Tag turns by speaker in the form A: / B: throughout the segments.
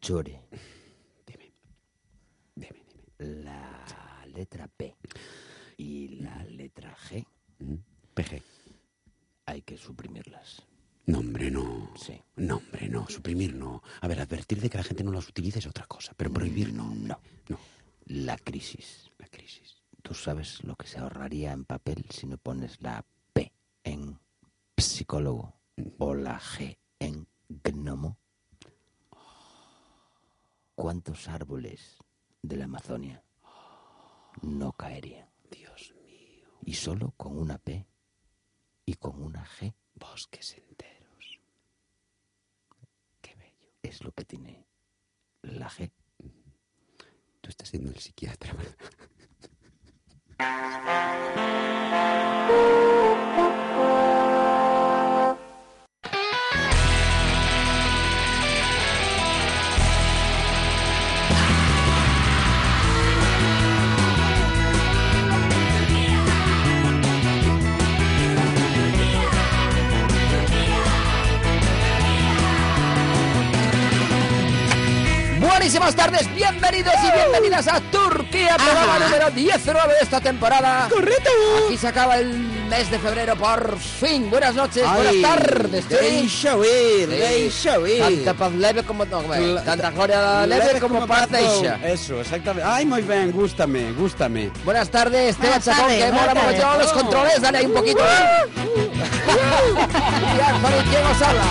A: Chore. La letra P y la letra G
B: PG.
A: hay que suprimirlas.
B: No, hombre, no.
A: Sí.
B: No, hombre, no. Suprimir no. A ver, advertir de que la gente no las utilice es otra cosa, pero prohibir no. hombre.
A: Mm, No.
B: No,
A: La crisis.
B: la crisis.
A: ¿Tú sabes lo que se ahorraría en papel si no pones la P en psicólogo o la G en gnomo? ¿Cuántos árboles de la Amazonia no caerían?
B: Dios mío.
A: Y solo con una P y con una G
B: Bosques enteros. Qué bello.
A: es lo que tiene la G.
B: Tú estás siendo el psiquiatra, ¿verdad?
A: Buenísimas tardes, bienvenidos y bienvenidas a Turquía, programa número 19 de esta temporada.
B: ¡Correcto!
A: Aquí se acaba el mes de febrero, por fin. Buenas noches,
B: Ay,
A: buenas tardes. sí.
B: Deixa eu ir,
A: Sí.
B: deixa eu ir.
A: Tanta paz leve como... No, como-
B: Cla-
A: tanta gloria leve, como, paz deixa.
B: Eso, exactamente. Ay, muy bien, gústame, gústame.
A: Buenas tardes, Esteban
C: Buenas
A: Chacón,
C: tardes,
A: que
C: buenas
A: mola
C: tardes.
A: porque lleva los
C: Oh.
A: controles, dale ahí un poquito. ¿eh? y Anthony, ¿quién os habla?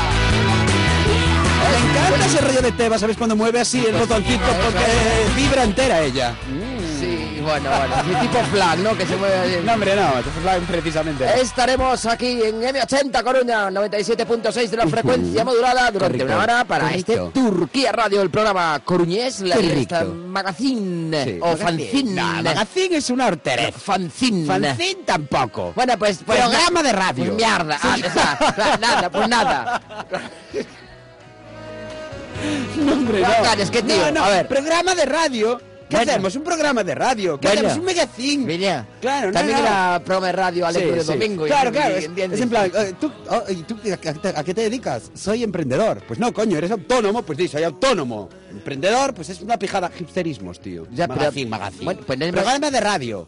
B: Me encanta ese rollo de Teba, ¿sabes? Cuando mueve así el botoncito, porque eh, vibra entera ella.
A: Sí, bueno, bueno, es tipo flan, ¿no? Que se mueve así.
B: No, hombre, no, te fue precisamente.
A: Estaremos aquí en M80 Coruña, 97.6 de la frecuencia modulada durante
B: Correcto,
A: una hora para
B: correcto.
A: este Turquía Radio, el programa Coruñés, la
B: Correcto.
A: revista Magazine
B: Sí,
A: o
B: magazine.
A: Fanzine.
B: No, magazine es una horterez.
A: fanzine.
B: Fanzine tampoco.
A: Bueno, pues, pues
B: Programa
A: na-
B: de radio.
A: pues mierda, Ah, o sea, nada, pues nada.
B: No, hombre,
A: no. calles, que tío,
B: No, no,
A: a ver.
B: programa de radio. ¿Qué
A: Bueno.
B: hacemos? Un programa de radio. ¿Qué
A: Bueno.
B: hacemos? Un megacine.
A: Mira,
B: Claro, no,
A: también
B: no.
A: era programa de radio al
B: Sí,
A: de
B: sí.
A: domingo. y-
B: Claro, claro.
A: y-
B: Es,
A: ¿entiendes?
B: es en plan, eh, ¿tú, oh, ¿y tú a, a- a qué te dedicas? Soy emprendedor. Pues no, coño, eres autónomo. Pues sí, soy autónomo. Emprendedor, pues es una pijada. Hipsterismos, tío.
A: Ya, pero-
B: magazine, magazine.
A: Bueno, pues no hay-
B: Programa de radio.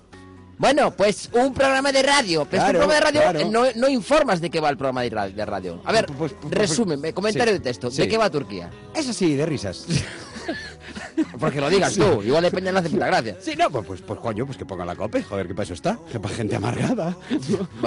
A: Bueno, pues un programa de radio. Pero
B: Claro,
A: es un programa de radio
B: claro.
A: eh, no, no informas de qué va el programa de ra- de radio. A ver,
B: Pues, pues, pues,
A: resúmeme, comentario
B: sí,
A: de texto.
B: sí.
A: ¿De qué va Turquía?
B: Eso sí, de risas.
A: Porque lo digas tú. Igual de Peña no hace mucha gracia.
B: Sí, no, pues, pues, pues, coño, pues que ponga la COPE, joder, que para eso está, que para gente amargada.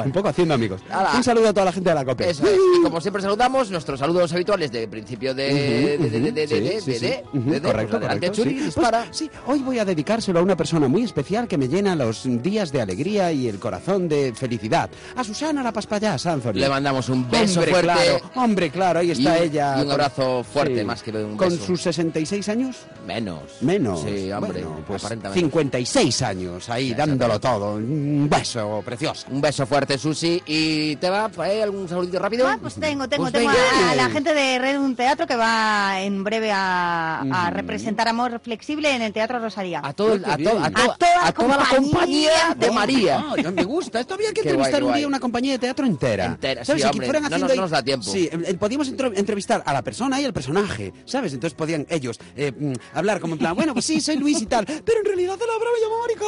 B: Un poco haciendo amigos.
A: Hala.
B: Un saludo a toda la gente de la COPE.
A: Eso es. Y como siempre saludamos, nuestros saludos habituales de principio de... de- de- de- de- de- de-
B: Sí, sí, sí.
A: de-
B: Ujú,
A: de- de-
B: Correcto,
A: pues adelante,
B: correcto,
A: Churi,
B: sí.
A: dispara.
B: Pues, sí, hoy voy a dedicárselo a una persona muy especial que me llena los días de alegría y el corazón de felicidad. A Susana la Paspallá Sanzoni.
A: Le mandamos un beso
B: Hombre,
A: fuerte.
B: claro, hombre, claro, ahí está
A: Y un-
B: ella.
A: y un
B: con-
A: abrazo fuerte, más que un
B: Con
A: beso.
B: sus 66 años,
A: Menos.
B: Menos.
A: Sí, hombre.
B: Bueno, pues
A: aparentemente.
B: 56 años ahí dándolo todo. Un beso precioso.
A: Un beso fuerte, Susi. ¿Y te va eh, algún saludito rápido?
C: Ah, pues tengo, tengo,
A: Pues
C: tengo
A: venga.
C: a, a la gente de Red Un Teatro que va en breve a, a representar Amor Flexible en el Teatro Rosalía.
A: A, todo, el-
B: Qué
A: a, to- a
B: bien.
A: to-
C: A toda
A: a toda la compañía,
C: compañía
A: de
B: Oh,
A: María.
B: ah, me gusta. Esto había que
A: Qué
B: entrevistar
A: guay,
B: un
A: guay.
B: día una compañía de teatro entera.
A: Entera, sí,
B: Si
A: hombre.
B: fueran
A: No
B: haciendo em,
A: nos-
B: ahí-
A: no nos da tiempo.
B: Sí, eh, eh, podíamos entro- entrevistar a la persona y al personaje, ¿sabes? Entonces podían ellos eh, mm, hablar como en plan, bueno, pues sí, soy Luis y tal, pero en realidad a la hora me llamo Mari
A: Eh,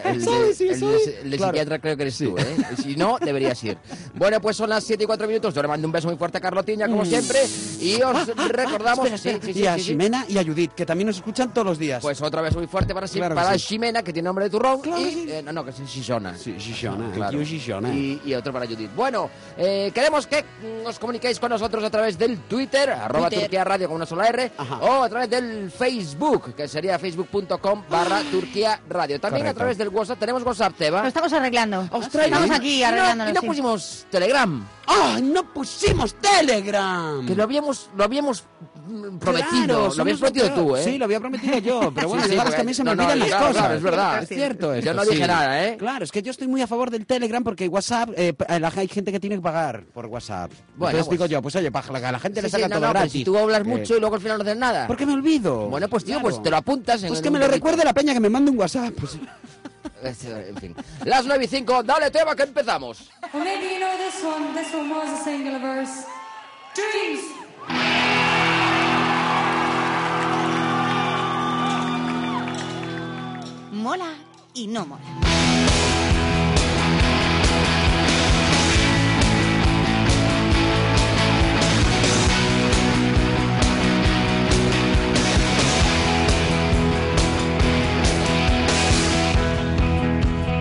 B: Carmen.
A: el de-
B: ¿Sabes? Sí,
A: el
B: soy.
A: de- el de
B: Claro.
A: psiquiatra creo que eres tú, ¿eh? Si no, deberías ir. Bueno, pues son las 7 y 4 minutos. Yo le mando un beso muy fuerte a Carlotiña, como siempre. Y os recordamos...
B: Espera,
A: sí,
B: Ah, espera.
A: sí, sí,
B: y a
A: sí, sí.
B: Ximena y a Judith, que también nos escuchan todos los días.
A: Pues otra vez muy fuerte para, Xi-
B: Claro que
A: para
B: sí.
A: Ximena, que tiene nombre de turrón.
B: Claro
A: y,
B: que sí.
A: eh, no, no, que es Xixona.
B: Sí, Xixona,
A: Claro.
B: yo Xixona.
A: Y, y otro para Judith. Bueno, eh, queremos que mm, os comuniquéis con nosotros a través del Twitter, arroba
B: Twitter.
A: Turquía Radio con una sola R,
B: Ajá.
A: o a través del Facebook, que sería facebook.com barra Turquía Radio. También a
B: ¡Ah! Correcto.
A: través del WhatsApp. Tenemos WhatsApp, Teba.
C: Lo estamos arreglando.
A: Australia.
C: Estamos aquí
A: No,
C: arreglándonos.
A: y no
C: sí.
A: pusimos Telegram,
B: ¡Ah! ¡No pusimos Telegram!
A: que lo habíamos, lo habíamos mm, prometido,
B: Claro,
A: lo habías
B: somos
A: prometido
B: otro-
A: tú, ¿eh?
B: Sí, lo había prometido yo, pero bueno,
A: Sí, sí,
B: de veras
A: porque-
B: que a mí se
A: no,
B: me
A: no,
B: olvidan las
A: claro,
B: cosas.
A: claro, es verdad.
B: Es cierto
A: Yo
B: esto,
A: no dije
B: sí.
A: nada, ¿eh?
B: Claro, es que yo estoy muy a favor del Telegram porque WhatsApp, eh, pa- la- hay gente que tiene que pagar por WhatsApp.
A: Bueno,
B: Entonces digo
A: pues-
B: yo, pues oye, pa- a la gente
A: Sí,
B: le
A: sí,
B: saca
A: no,
B: todo
A: no, pero
B: gratis.
A: si tú hablas
B: Eh,
A: mucho y luego al final no haces nada.
B: ¿Por qué me olvido?
A: Bueno, pues tío,
B: Claro.
A: pues te lo apuntas en
B: Pues
A: en
B: que
A: un
B: me lo
A: librito.
B: recuerde la peña que me mande un WhatsApp. pues.
A: En fin. Las 9 y 5, dale tema que empezamos.
D: Well, maybe you know this one. This one was a singular verse. Dreams.
C: Mola y no mola.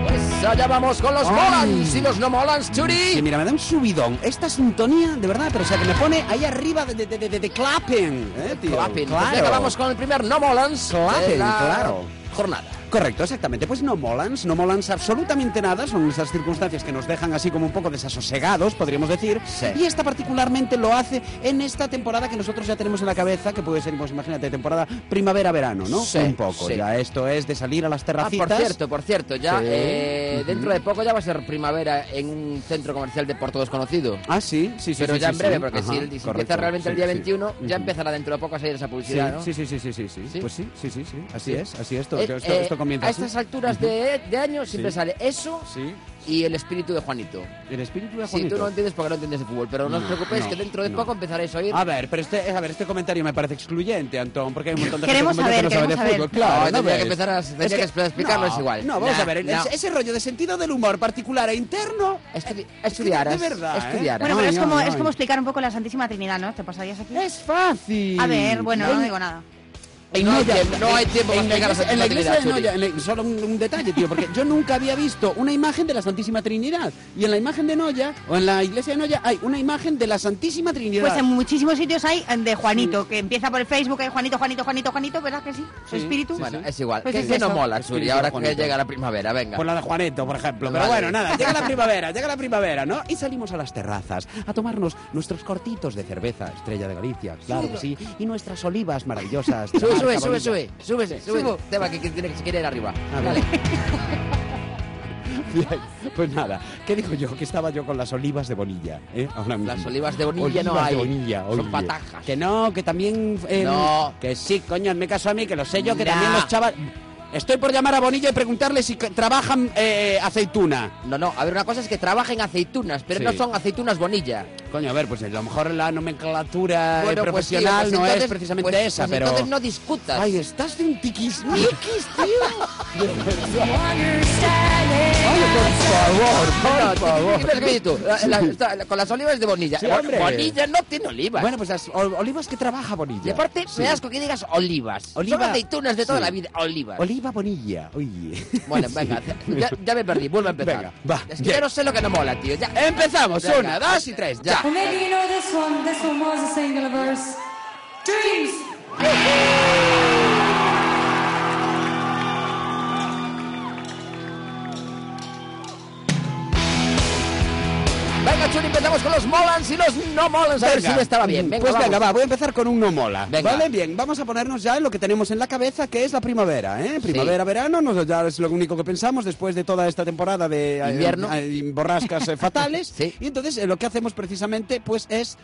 A: Pues allá vamos con los
B: Ay.
A: Molans y los no Molans,
B: Sí,
A: Churi.
B: mira, me da un subidón. Esta sintonía, de verdad, pero o sea, que me pone ahí arriba de, de, de, de- de clapping. ¿eh, tío?
A: Clapping. Pues
B: Claro.
A: ya acabamos con el primer no Molans. de
B: Clapping,
A: la
B: claro.
A: Jornada. Ah,
B: Correcto, exactamente. Pues no molans, no molans absolutamente nada. Son esas circunstancias que nos dejan así como un poco desasosegados, podríamos decir.
A: Sí.
B: Y esta particularmente lo hace en esta temporada que nosotros ya tenemos en la cabeza, que puede ser, pues imagínate, temporada primavera-verano, ¿no?
A: Sí,
B: un poco.
A: sí.
B: Ya esto es de salir a las
A: Ah,
B: terracitas.
A: por cierto, por cierto, ya
B: Sí.
A: eh,
B: Ujú.
A: dentro de poco ya va a ser primavera en un centro comercial de Porto Desconocido.
B: Ah, sí, sí, sí.
A: Pero
B: sí,
A: ya
B: sí,
A: en breve,
B: sí.
A: porque
B: Ajá,
A: si, el- si empieza
B: correcto,
A: realmente el
B: sí,
A: día
B: sí.
A: 21,
B: Ujú.
A: ya empezará dentro de poco a salir esa
B: Sí,
A: publicidad, ¿no?
B: sí, sí, sí, sí, sí, sí.
A: ¿Sí?
B: Pues sí, sí, sí, sí. Así
A: Sí.
B: es, así es. Esto,
A: Eh,
B: esto,
A: eh,
B: esto comienza
A: a
B: así.
A: estas alturas de, de año siempre
B: Sí.
A: sale eso
B: Sí.
A: y el espíritu de Juanito.
B: El espíritu de
A: Si
B: Juanito.
A: tú no entiendes porque no entiendes de fútbol, pero no, os
B: No,
A: preocupéis
B: no,
A: que dentro de
B: no.
A: poco empezaréis a oír.
B: A ver, pero este, a ver, este comentario me parece excluyente, Antón, porque hay un montón de
C: Queremos
B: gente como yo que
C: saber,
B: no sabe de
C: queremos
B: fútbol, claro.
A: No, tendría
B: ves?
A: que empezar a- tendría que expl- explicarlo,
B: no,
A: es igual.
B: No, vamos
A: Nah,
B: a ver, el-
A: no.
B: ese, ese rollo de sentido del humor particular e interno.
A: Estudi- estudiaras,
B: de verdad, ¿eh?
A: estudiaras.
C: Bueno,
B: Ay,
C: pero es
B: ay,
C: como,
B: ay.
C: es como explicar un poco la Santísima Trinidad, ¿no? ¿Te pasarías aquí?
B: Es fácil.
C: A ver, bueno, no
B: En-
C: digo nada.
A: no, hay tiempo, no hay tiempo para
B: en la
A: explicar la
B: iglesia- en la
A: Santísima
B: iglesia de
A: Trinidad,
B: Noya, en la- solo un, un detalle, tío, porque yo nunca había visto una imagen de la Santísima Trinidad. Y en la imagen de Noya, o en la iglesia de Noya, hay una imagen de la Santísima Trinidad.
C: Pues en muchísimos sitios hay de Juanito, que empieza por el Facebook, hay Juanito, Juanito, Juanito, Juanito, ¿verdad que sí? Su
B: Sí,
C: espíritu.
A: Bueno, es igual.
C: Pues
A: ¿Qué,
C: es
A: qué no
C: eso.
A: mola,
B: Es que
A: Churi?
B: dice
A: Ahora que
B: Juanito.
A: llega la primavera, venga.
B: Por la de Juaneto, por ejemplo. Pero
A: Vale.
B: bueno, nada, llega la primavera, llega la primavera, ¿no? Y salimos a las terrazas a tomarnos nuestros cortitos de cerveza, Estrella de Galicia, claro que sí, y nuestras olivas maravillosas. de la
A: Sube,
B: marca
A: sube, sube,
B: Bonilla.
A: sube, sube, sube,
B: Subo.
A: Tema que, que tiene que se quiere ir arriba.
B: A ver.
A: Dale.
B: Bien, Pues nada, ¿qué digo yo? Que estaba yo con las olivas de Bonilla, ¿eh? Ahora mismo.
A: Las olivas de Bonilla no
B: Olivas de
A: hay.
B: Bonilla,
A: Son
B: oye.
A: patajas.
B: Que no, que también... eh,
A: No.
B: Que sí, coño, me caso a mí, que lo sé yo, que
A: Nah.
B: también los chavales... Estoy por llamar a Bonilla y preguntarle si ca- trabajan eh, aceituna.
A: No, no, a ver, una cosa es que trabajen aceitunas, pero
B: Sí.
A: no son aceitunas bonilla.
B: Coño, a ver, pues a lo mejor la nomenclatura eh,
A: Bueno, pues, tío,
B: profesional
A: pues
B: no
A: entonces-
B: es precisamente
A: pues-
B: esa,
A: pues
B: pero...
A: Entonces no discutas.
B: Ay, estás de un tiquismiquis, tío. De verdad.
A: No,
B: Oye, por favor, por
A: tú-
B: favor.
A: tú- tú- tú- tú- tú- la- la- está- la- Con las olivas de Bonilla.
B: Sí,
A: Bon-
B: hombre.
A: Bonilla no tiene olivas.
B: Bueno, pues las ol- olivas que trabaja Bonilla.
A: y aparte,
B: Sí.
A: me das con que digas olivas.
B: Oliva-
A: Son aceitunas de toda
B: sí.
A: la vida, olivas.
B: Oliva Bonilla, oye.
A: bueno, venga, ya, ya me perdí, vuelvo a empezar.
B: Venga, va,
A: Es que
B: bien.
A: ya no sé lo que no mola, tío. Ya.
B: Empezamos,
A: Venga,
B: una, dos y tres, ya.
D: Well, maybe you know this one. This one was a singular verse. Dreams.
A: Venga, Churi, empezamos con los molans y los no molans. A ver si
B: Venga.
A: no estaba bien. Venga,
B: pues
A: vamos.
B: venga, va, voy a empezar con un no mola.
A: Venga.
B: Vale, bien, vamos a ponernos ya en lo que tenemos en la cabeza, que es la primavera, ¿eh? Primavera, verano, nos, ya es lo único que pensamos después de toda esta temporada de eh,
A: Invierno.
B: eh, borrascas eh, fatales.
A: Sí.
B: Y entonces eh, lo que hacemos precisamente, pues es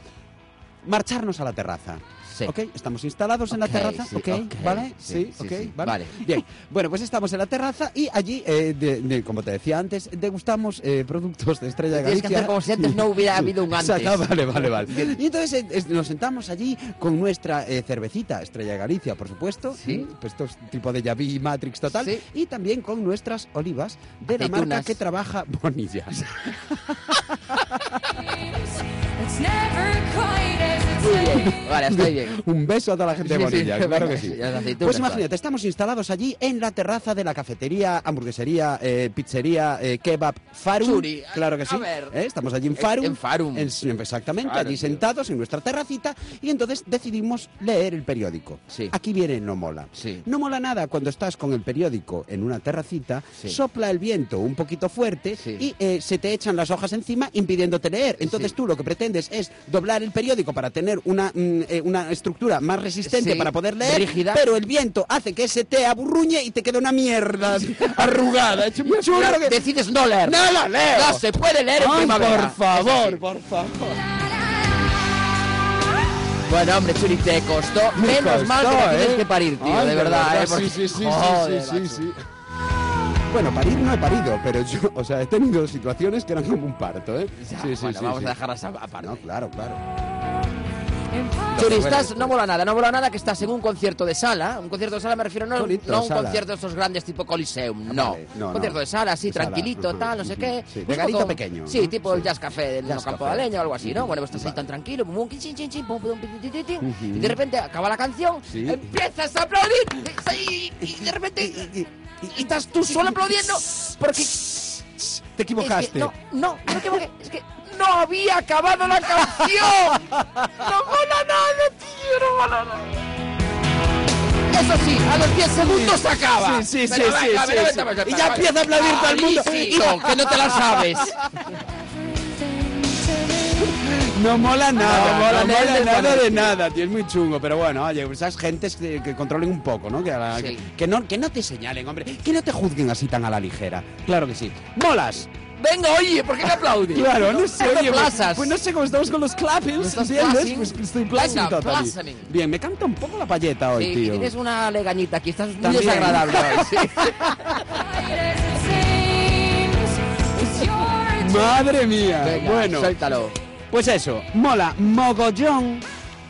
B: marcharnos a la terraza.
A: Sí.
B: ¿Ok? Estamos instalados en la
A: Ok,
B: terraza.
A: sí,
B: ¿Ok?
A: ok,
B: ¿Vale?
A: sí,
B: Sí,
A: sí,
B: ok,
A: sí,
B: ¿vale?
A: vale.
B: Bien. Bueno, pues estamos en la terraza y allí, eh, de- de- como te decía antes, degustamos eh, productos de Estrella de
A: Tienes que
B: Galicia.
A: hacer como si antes no hubiera habido un
B: Se
A: antes.
B: acaba, vale, vale, vale. Y entonces eh, es- nos sentamos allí con nuestra eh, cervecita Estrella de Galicia, por supuesto.
A: Sí.
B: Pues estos tipo de Yavi Matrix total.
A: Sí.
B: Y también con nuestras olivas de la
A: Aceitunas.
B: marca que trabaja Bonilla.
D: It's never quite as it seems.
A: Vale, hasta ahí bien.
B: Un beso a toda la gente de
A: Sí, sí,
B: Bonilla, claro que
A: venga,
B: sí.
A: ya las aceitunas,
B: Pues imagínate, estamos instalados allí en la terraza de la cafetería, hamburguesería, eh, pizzería, eh, kebab, Farum.
A: Churi,
B: claro que
A: a
B: sí.
A: ver.
B: ¿eh? Estamos allí en
A: En-
B: Farum.
A: en Farum.
B: en- exactamente,
A: Claro,
B: allí
A: tío.
B: sentados en nuestra terracita y entonces decidimos leer el periódico.
A: Sí.
B: Aquí viene No Mola.
A: Sí.
B: No mola nada cuando estás con el periódico en una terracita,
A: Sí.
B: sopla el viento un poquito fuerte
A: Sí.
B: y eh, se te echan las hojas encima impidiéndote leer. Entonces
A: Sí.
B: tú lo que pretendes es doblar el periódico para tener una, mm, eh, una estructura más resistente
A: Sí,
B: para poder leer,
A: rígida.
B: pero el viento hace que se te aburruñe y te queda una mierda arrugada. Es un chulo que-
A: Decides no leer.
B: ¡No lo leo!
A: No se puede leer en
B: Ay,
A: primavera.
B: por favor, por favor.
A: Bueno, hombre, Churi, te costó
B: Me
A: menos mal que
B: costó,
A: la tienes
B: ¿eh?
A: que parir, tío,
B: Ay,
A: de verdad, ¿eh?
B: Sí,
A: Porque-
B: sí, sí, sí,
A: Joder,
B: sí, sí,
A: macho.
B: sí. Bueno, parir no he parido, pero yo, o sea, he tenido situaciones que eran como un parto, ¿eh?
A: Ya,
B: sí, sí,
A: bueno,
B: sí,
A: vamos
B: sí.
A: a dejarlas a- aparte.
B: No, claro, claro.
A: Churi, estás, no mola nada, no mola nada que estás en un concierto de sala. Un concierto de sala me refiero no,
B: Bonito,
A: no a un
B: sala.
A: concierto de estos grandes tipo Coliseum,
B: Ah,
A: no.
B: vale, no,
A: un
B: no.
A: concierto de sala, así,
B: De sala,
A: tranquilito,
B: ujú,
A: tal, no sé
B: ujú,
A: qué.
B: sí, de
A: Un
B: garito
A: poco-
B: pequeño,
A: Sí,
B: ¿no?
A: tipo el
B: Sí.
A: jazz café del
B: Jazz
A: campo
B: café.
A: de Aleña o algo así, ¿no?
B: Ujú,
A: Bueno, estás ahí
B: vale.
A: tan tranquilo, pum, chin, chin, chin, chin, pum, pum, tin, tin, tin, tin, y de repente acaba la canción,
B: Sí.
A: empiezas a aplaudir y, y de repente y estás tú solo aplaudiendo porque
B: Te equivocaste.
A: es que no, no, no me equivoqué. Es que no había acabado la canción. No mola nada, tío, no mola nada. Eso sí, a los 10 segundos se acaba.
B: Sí, sí, sí,
A: Pero
B: sí,
A: venga,
B: sí,
A: venga,
B: sí.
A: venga, venga,
B: Y ya
A: venga.
B: empieza a aplaudir todo el mundo.
A: Clarísimo, que no te la sabes.
B: No mola nada,
A: No
B: no
A: mola
B: mola,
A: nada de
B: nada
A: nada.
B: de nada, tío, es muy chungo, pero bueno, oye, pues esas gentes que, que controlen un poco, ¿no? Que, a la-
A: Sí.
B: que no, que no te señalen, hombre, que no te juzguen así tan a la ligera. Claro que sí. ¡Molas!
A: Venga, oye, ¿por qué me aplaudes?
B: Claro, no sé,
A: No
B: oye, pues,
A: plazas.
B: pues no sé cómo estamos con los clappings,
A: Estás
B: ¿entiendes?
A: plasing.
B: Pues que estoy
A: Venga,
B: plasing total.
A: plasing.
B: Bien, me canta un poco la payeta hoy,
A: Sí,
B: tío.
A: que tienes una legañita aquí, estás muy
B: También.
A: desagradable hoy. sí.
D: It's your
B: Madre mía,
A: Venga,
B: bueno.
A: suéltalo.
B: Pues eso, mola mogollón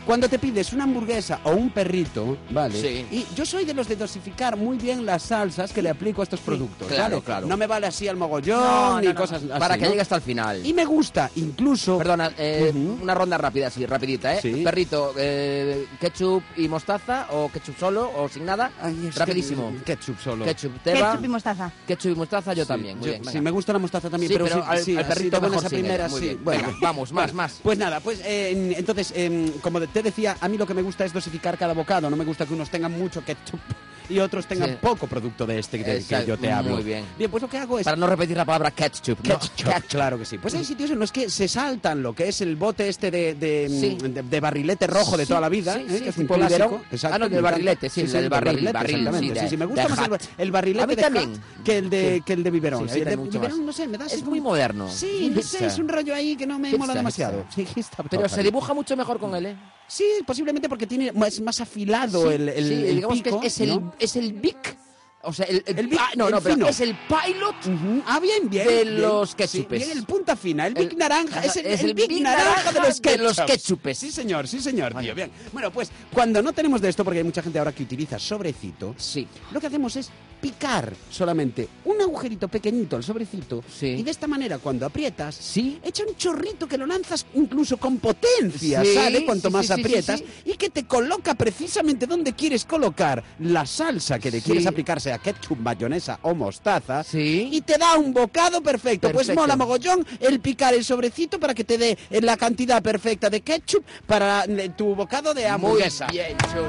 B: cuando te pides una hamburguesa o un perrito, ¿vale?
A: Sí.
B: Y yo soy de los de dosificar muy bien las salsas que le aplico a estos productos,
A: claro,
B: ¿vale?
A: claro.
B: No me vale así al mogollón
A: No, no,
B: ni
A: no, no.
B: cosas así,
A: Para que
B: ¿no?
A: llegue hasta el final.
B: Y me gusta, incluso...
A: Perdona, eh,
B: Ujú.
A: una ronda rápida, sí, rapidita, ¿eh?
B: Sí.
A: Perrito, eh, ketchup y mostaza o ketchup solo o sin nada.
B: Ay, es que-
A: Rapidísimo.
B: ketchup solo.
A: Ketchup, te va.
C: Ketchup y mostaza.
A: Ketchup y mostaza, yo
B: Sí,
A: también. Muy
B: yo-
A: bien,
B: sí,
A: venga.
B: me gusta la mostaza también,
A: Sí,
B: pero,
A: pero
B: sí,
A: al-
B: sí,
A: al
B: así
A: perrito
B: de buenas
A: mejor
B: a
A: sin
B: primera,
A: ella. Muy
B: sí.
A: bien,
B: Bueno,
A: venga, vamos, más, más.
B: Pues nada, pues eh, entonces, eh, como te decía, a mí lo que me gusta es dosificar cada bocado. No me gusta que unos tengan mucho ketchup y otros tengan
A: Sí.
B: poco producto de este del que
A: Exacto,
B: yo te hablo.
A: muy bien.
B: Bien, pues lo que hago es
A: Para no repetir la palabra ketchup. ¿no?
B: Ketchup, claro que sí. Pues hay
A: Sí.
B: sitios en los que se saltan lo que es el bote este de, de,
A: Sí.
B: de- de barrilete rojo de
A: Sí,
B: toda la vida,
A: sí,
B: ¿eh?
A: sí,
B: que es un
A: tipo
B: clásico.
A: biberón. Ah, no,
B: me
A: del
B: encanta.
A: barrilete, sí, el del
B: de
A: barril,
B: barrilete,
A: barril,
B: exactamente.
A: sí,
B: Sí,
A: de-
B: sí, me
A: de
B: gusta más el, ba-
A: hat.
B: el barrilete
A: A mí
B: de
A: también.
B: hat que el de,
A: Sí.
B: que el de biberón.
A: Sí,
B: Sí,
A: a mí
B: el de
A: también mucho
B: biberón,
A: más.
B: no sé, me da así
A: Es
B: como-
A: muy moderno.
B: Sí, no sé,
A: Hipster.
B: es un rollo ahí que no me
A: Hipster,
B: mola demasiado. Sí, está
A: Pero se
B: fatal.
A: dibuja mucho mejor con él, ¿eh?
B: Sí, posiblemente porque tiene es más afilado
A: Sí,
B: el, el,
A: sí,
B: el
A: digamos
B: pico,
A: que es, es el,
B: ¿no?
A: es el Bic. O sea, el, el,
B: El Bic,
A: ah, no,
B: el
A: no, pero
B: fino.
A: es el pilot.
B: Ujú. Ah, bien, bien.
A: de
B: bien.
A: los
B: Sí,
A: ketchupes.
B: bien, el punta fina, el big
A: El-
B: naranja. Es el,
A: es
B: el
A: el
B: big,
A: Big
B: naranja de los
A: naranja de
B: ketchups.
A: los ketchupes.
B: Sí, señor, sí, señor,
A: Vale.
B: tío. Bien. Bueno, pues cuando no tenemos de esto, porque hay mucha gente ahora que utiliza sobrecito,
A: Sí.
B: lo que hacemos es picar solamente un agujerito pequeñito al sobrecito.
A: Sí.
B: Y de esta manera, cuando aprietas,
A: Sí.
B: echa un chorrito que lo lanzas incluso con potencia,
A: Sí,
B: ¿sale? Cuanto
A: sí,
B: más
A: sí, sí,
B: aprietas
A: sí,
B: y que te coloca precisamente donde quieres colocar la salsa que le
A: Sí.
B: quieres aplicarse a ketchup, mayonesa o mostaza
A: Sí.
B: y te da un bocado perfecto. Pues
A: Perfecto.
B: mola mogollón el picar el sobrecito para que te dé la cantidad perfecta de ketchup para eh, tu bocado de hamburguesa.
A: Muy bien, Churi.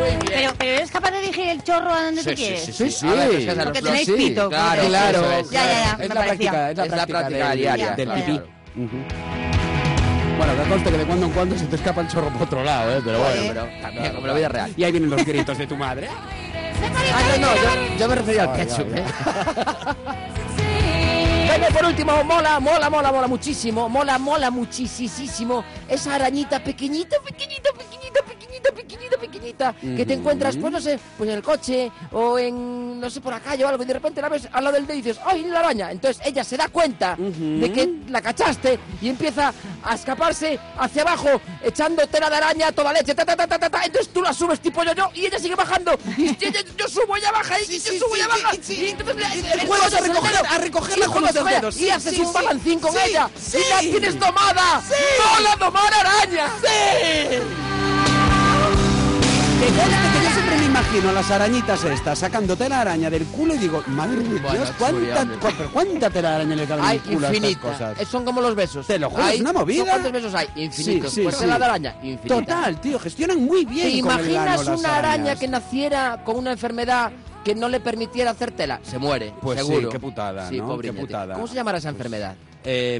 A: Muy bien.
C: Pero, pero eres capaz de dirigir el chorro a donde tú quieres.
B: sí, sí.
A: A ver, pues, es
C: Porque
A: la
C: tenéis
A: reflexión.
C: pito, como
A: Claro,
C: tenéis
A: claro.
C: pito.
A: eso es,
C: Ya, ya, ya,
A: eso es.
C: me
B: Es la práctica, es la
A: Es la
B: práctica,
A: práctica
B: del-
A: diaria,
B: del
A: claro.
B: pipí. Ujú. Bueno, que conste que de cuando en cuando se te escapa el chorro por otro lado, ¿eh? pero bueno.
A: Bueno, pero también como la vida real.
B: Y ahí vienen los gritos de tu madre.
A: Ah, no, no, yo, yo me refería al ketchup. ¿eh?
D: day.
A: Luego, por último, mola, mola, mola, mola muchísimo. Mola, mola muchísimo. Esa arañita pequeñita, pequeñita, pequeñita, pequeñita, pequeñita, pequeñita. Que te encuentras, pues no sé, pues en el coche o en, no sé, por acá o algo. Y de repente la ves al lado del dedo y dices, ¡ay, la araña! Entonces ella se da cuenta de que la cachaste y empieza a escaparse hacia abajo, echando tela de araña a toda leche. Ta, ta, ta, ta, ta, ta. Entonces tú la subes tipo yo, yo, y ella sigue bajando. Y ella- yo subo, ella baja, y yo subo, ella baja. Y entonces le- el
E: juegas
A: coche
E: a
A: se
E: recoger-
A: entera.
E: a recogerla
A: Y el
E: con
A: juego
E: los
A: se
E: dedos.
A: entera. Y
E: Sí,
A: haces
E: sí,
A: un
E: sí.
A: balancín con
E: Sí,
A: ella.
E: sí.
A: Y la tienes tomada. ¡No la domar araña!
B: Que conste que yo siempre me imagino a las arañitas estas sacándote la araña del culo y digo, madre de Dios,
A: Bueno,
B: ¿cuánta,
A: Julián.
B: cu- pero cuánta tela araña le cabe en
A: Hay
B: el culo a estas
A: infinita.
B: cosas?
A: Eh, Son como los besos.
B: Te lo juro,
A: Hay-
B: es una movida.
A: ¿no? ¿Cuántos besos hay? Infinitos.
B: Sí, sí,
A: pues
B: sí.
A: la de araña, infinita.
B: Total, tío, gestionan muy bien.
A: ¿Te
B: con el
A: imaginas
B: ano las
A: una araña
B: arañas.
A: que naciera con una enfermedad que no le permitiera hacer tela? Se muere,
B: Pues sí,
A: seguro.
B: qué putada,
A: Sí,
B: ¿no?
A: pobre
B: Qué
A: Iñaki.
B: putada.
A: ¿Cómo se llamará esa enfermedad?
B: Eh,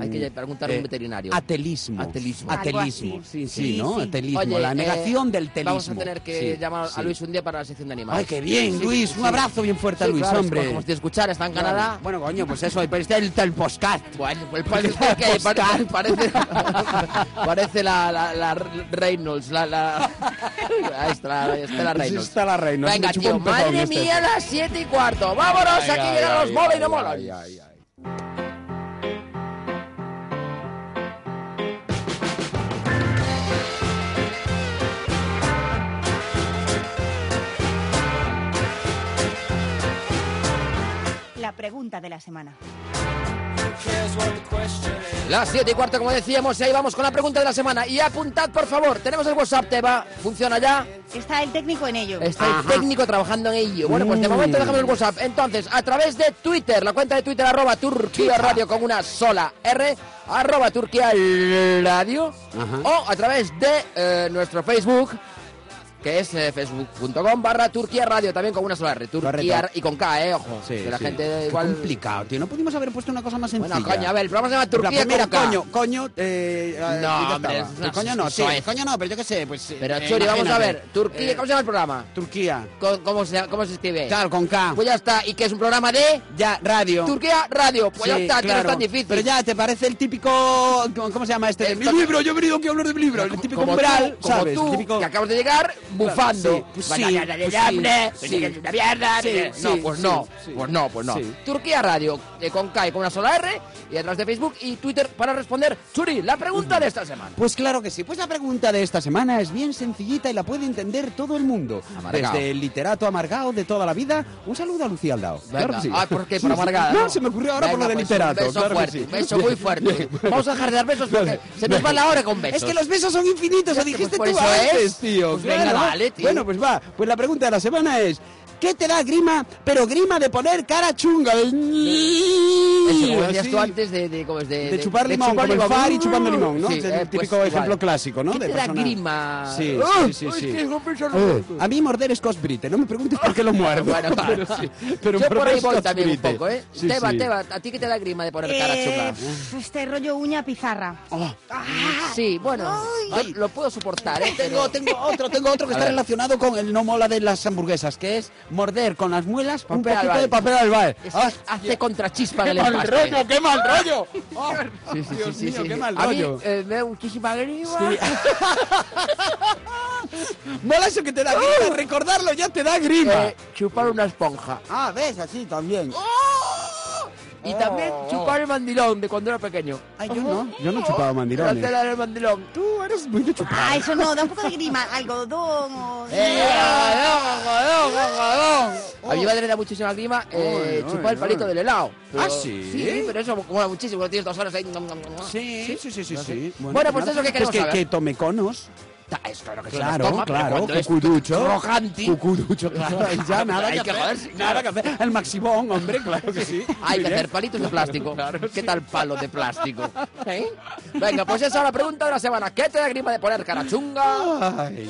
A: Hay que preguntarle a un veterinario.
B: Atelismo.
A: Atelismo.
B: Atelismo.
C: Algo así.
B: Sí, sí,
C: Sí,
B: ¿no?
C: sí.
B: Atelismo.
A: Oye,
B: la
A: eh,
B: negación del telismo.
A: Vamos a tener que
B: Sí,
A: llamar
B: sí.
A: a Luis un día para la sección de animales.
B: Ay, qué bien,
A: Sí,
B: Luis.
A: sí.
B: Un abrazo bien fuerte a
A: Sí,
B: Luis,
A: claro,
B: hombre.
A: Como te escuchar, está en
B: Claro.
A: Canadá.
B: Bueno, coño, pues eso, ahí está el, el podcast.
A: Bueno, pues parece, que- pare- parece, parece la, la, la Reynolds, la, la, la Estela- Estela Reynolds.
B: Este Está la reina. se
A: Venga,
B: me chupó
A: tío,
B: un pezón
A: madre
B: este.
A: mía, las 7 y cuarto. Vámonos, aquí llegan los móviles y no molan.
C: La pregunta de la semana.
A: Las 7 y cuarto, como decíamos, y ahí vamos con la pregunta de la semana. Y apuntad, por favor, tenemos el WhatsApp, te va, funciona ya.
C: Está el técnico en ello.
A: Está el técnico trabajando en ello. Bueno,
B: Mm.
A: pues de momento dejamos el WhatsApp. Entonces, a través de Twitter, la cuenta de Twitter, arroba Turquía Radio con una sola R, arroba Turquía Radio, o a través de eh, nuestro Facebook, que es eh, facebook.com barra Turquía Radio, también con una sola R, Turquía
B: Correcto.
A: y con K, eh, ojo,
B: Sí,
A: que la
B: sí.
A: gente
B: Qué
A: igual...
B: complicado, tío. No pudimos haber puesto una cosa más sencilla.
A: Bueno, coño, a ver, vamos a llamar Turquía
B: Pero, pues,
A: con K.
B: mira, coño, coño, eh, eh,
A: No,
B: ya
A: hombre,
B: estaba.
A: no,
B: coño no,
A: eso
B: sí,
A: es.
B: coño no, pero yo qué sé, pues... eh,
A: Pero,
B: eh,
A: Churi, vamos a
B: imagínate.
A: ver, Turquía,
B: Eh,
A: ¿cómo se llama el programa?
B: Turquía.
A: Co- ¿Cómo se, cómo se escribe?
B: Claro, con K.
A: Pues ya está, y que es un programa de...
B: Ya, radio.
A: Turquía Radio, pues ya
B: Sí,
A: está, que no es
B: claro.
A: tan difícil.
B: Pero ya, ¿te parece el típico... ¿Cómo cómo se llama este?
A: Eh,
B: mi
A: to-
B: libro, yo he venido aquí a hablar de mi libro. El
A: Como-
B: típico
A: como
B: umbral,
A: tú,
B: ¿sabes?
A: Como tú,
B: El típico...
A: que acabas de llegar bufando.
B: sí, pues
A: Vaya
B: sí,
A: mierda de
B: pues
A: hambre,
B: sí,
A: vete que
B: sí.
A: es una mierda,
B: Sí,
A: vete-
B: sí,
A: No, pues
B: sí,
A: no,
B: sí.
A: pues no, pues no.
B: Sí.
A: Turquía Radio, eh, con K y con una sola R, y a través de Facebook y Twitter para responder, Churi, la pregunta de esta semana.
B: Pues claro que sí. Pues la pregunta de esta semana es bien sencillita y la puede entender todo el mundo.
A: Amargao.
B: Desde el literato amargado de toda la vida. Un saludo a Lucía Aldao.
A: Venga.
B: Claro que sí.
A: Ah, ¿por qué?
B: Sí,
A: Por
B: sí.
A: amargada.
B: No, se me ocurrió ahora por
A: Venga,
B: lo de
A: pues,
B: literato.
A: Un beso
B: claro
A: fuerte,
B: que sí.
A: un beso muy fuerte. Vamos a dejar de dar besos porque se nos va la hora con besos.
B: Es que los besos son infinitos,
A: Ya
B: lo
A: sé,
B: dijiste
A: pues
B: tú
A: por eso
B: antes,
A: es.
B: tío.
A: Pues venga,
B: claro.
A: dale, tío.
B: Bueno, pues va. Pues la pregunta de la semana es... ¿Qué te da grima, pero grima de poner cara chunga?
A: Eso, como decías
B: Así.
A: tú antes de, de, como es de,
B: De chupar limón,
A: chupar
B: como el
A: limón.
B: far y chupando limón, ¿no?
A: Sí,
B: Es
A: eh,
B: el
A: pues
B: típico
A: igual.
B: ejemplo clásico, ¿no?
A: ¿Qué
B: De
A: te da
B: persona-
A: grima?
B: Sí,
A: Ah,
B: sí, sí,
A: es
B: sí. Eh,
A: que es un pensar-
B: A mí morder es cosbrite, no me preguntes por qué lo muerdo.
A: Bueno, claro.
B: Pero sí, pero
A: Yo por ahí
B: es
A: voy también un
B: cosbrite.
A: poco, ¿eh?
B: Sí,
A: Teba,
B: sí.
A: Teba, ¿a ti qué te da grima de poner cara
C: Eh,
A: chunga?
C: pf, este rollo uña pizarra.
B: Ah,
A: Ah,
C: Ah,
A: Sí, bueno,
B: Ay.
A: lo puedo soportar, ¿eh?
B: Tengo,
A: Pero-
B: tengo otro, tengo otro que
A: A
B: está
A: ver.
B: relacionado con el no mola de las hamburguesas, que es morder con las muelas un
A: Papel
B: poquito
A: albal.
B: de papel albal.
A: Es-
B: Ah,
A: hace contrachispa en
B: ¡Qué
A: el
B: mal
A: empaste.
B: rollo, qué mal rollo! Oh,
A: Sí, sí, sí,
B: Dios
A: sí,
B: mío,
A: sí,
B: qué
A: sí.
B: mal
A: A mí
B: rollo.
A: eh, me da muchísima grima.
B: Mola eso que te da grima, recordarlo ya te da grima.
A: Uh. eh, chupar una esponja.
B: Ah, ves, así también.
A: Y también
B: Oh,
A: chupar el mandilón de cuando era pequeño.
B: Ay, yo no, yo no
A: Oh.
B: chupaba
A: La
B: mandirones.
A: tela del mandilón.
B: Tú eres muy de chupar.
C: Ah, eso no, da un poco de grima. Algodón o...
A: A mi madre le da muchísima grima eh,
B: Ay,
A: chupar
B: ay,
A: el palito
B: ay.
A: del helado. Pero-
B: ¿Ah, sí?
A: Sí, pero eso mola muchísimo. Lo tienes dos horas ahí. nom, nom, nom, nom.
B: Sí, sí, sí, sí. sí.
A: Bueno, pues eso que queremos
B: pues que,
A: saber.
B: que tome conos.
A: Ta- Es claro que se
B: Claro,
A: las toma, pero
B: claro,
A: cuando es
B: cucurucho.
A: crocante-
B: Cucurucho, claro.
A: Claro,
B: ya nada
A: hay que
B: hacer,
A: joderse,
B: Nada que hacer. El maximón, hombre, claro que sí. Muy
A: Hay que
B: bien.
A: hacer palitos de plástico. ¿Qué tal palo de plástico? ¿Eh? Venga, pues esa es la pregunta de la semana. ¿Qué te da grima de poner cara chunga?
B: Ay.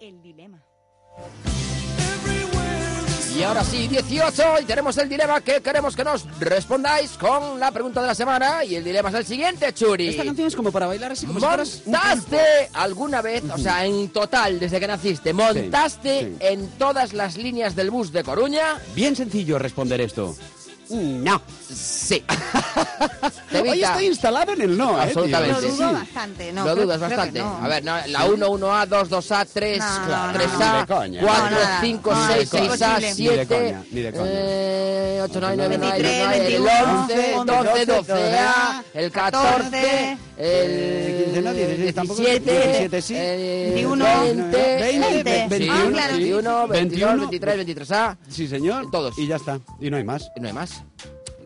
C: El dilema.
A: Y ahora sí, 18 y tenemos el dilema que queremos que nos respondáis con la pregunta de la semana. Y el dilema es el siguiente, Churi.
B: Esta canción es como para bailar así como si fueras un pulpo.
A: ¿Montaste alguna vez, o sea, en total, desde que naciste, montaste
B: sí.
A: en todas las líneas del bus de Coruña?
B: Bien sencillo responder esto.
A: Mm,
B: No.
A: Sí.
B: Hoy
A: Tevita.
B: estoy instalado en el no, ¿eh, tío?
A: Absolutamente.
C: Lo
A: Sí,
C: dudo
A: sí.
C: bastante, no.
A: Lo
C: creo-
A: dudas
C: creo que
A: bastante.
C: no.
A: A ver, no, la 1, 1A, 2, 2A, 3,
C: No, no, no.
A: 3A,
B: Ni de coña.
A: 4,
C: No, nada.
A: 5,
C: No,
A: 6,
C: es
A: 6A,
C: imposible.
A: 7,
B: Ni de coña, ni de coña.
A: 8, 9, 9,
C: 23,
A: 9,
C: 21,
A: 11, 12, 12A, el 14,
C: 14,
A: el
B: 15, Eh, no, 16, tampoco,
A: 17,
B: 17, sí.
A: el
C: 21,
A: 20,
C: 20,
A: el 21,
C: ah, claro.
A: 21, 22,
B: 21,
A: 23, 23A.
B: Sí, señor.
A: Todos.
B: Y ya está. Y no hay más.
A: Y No hay más.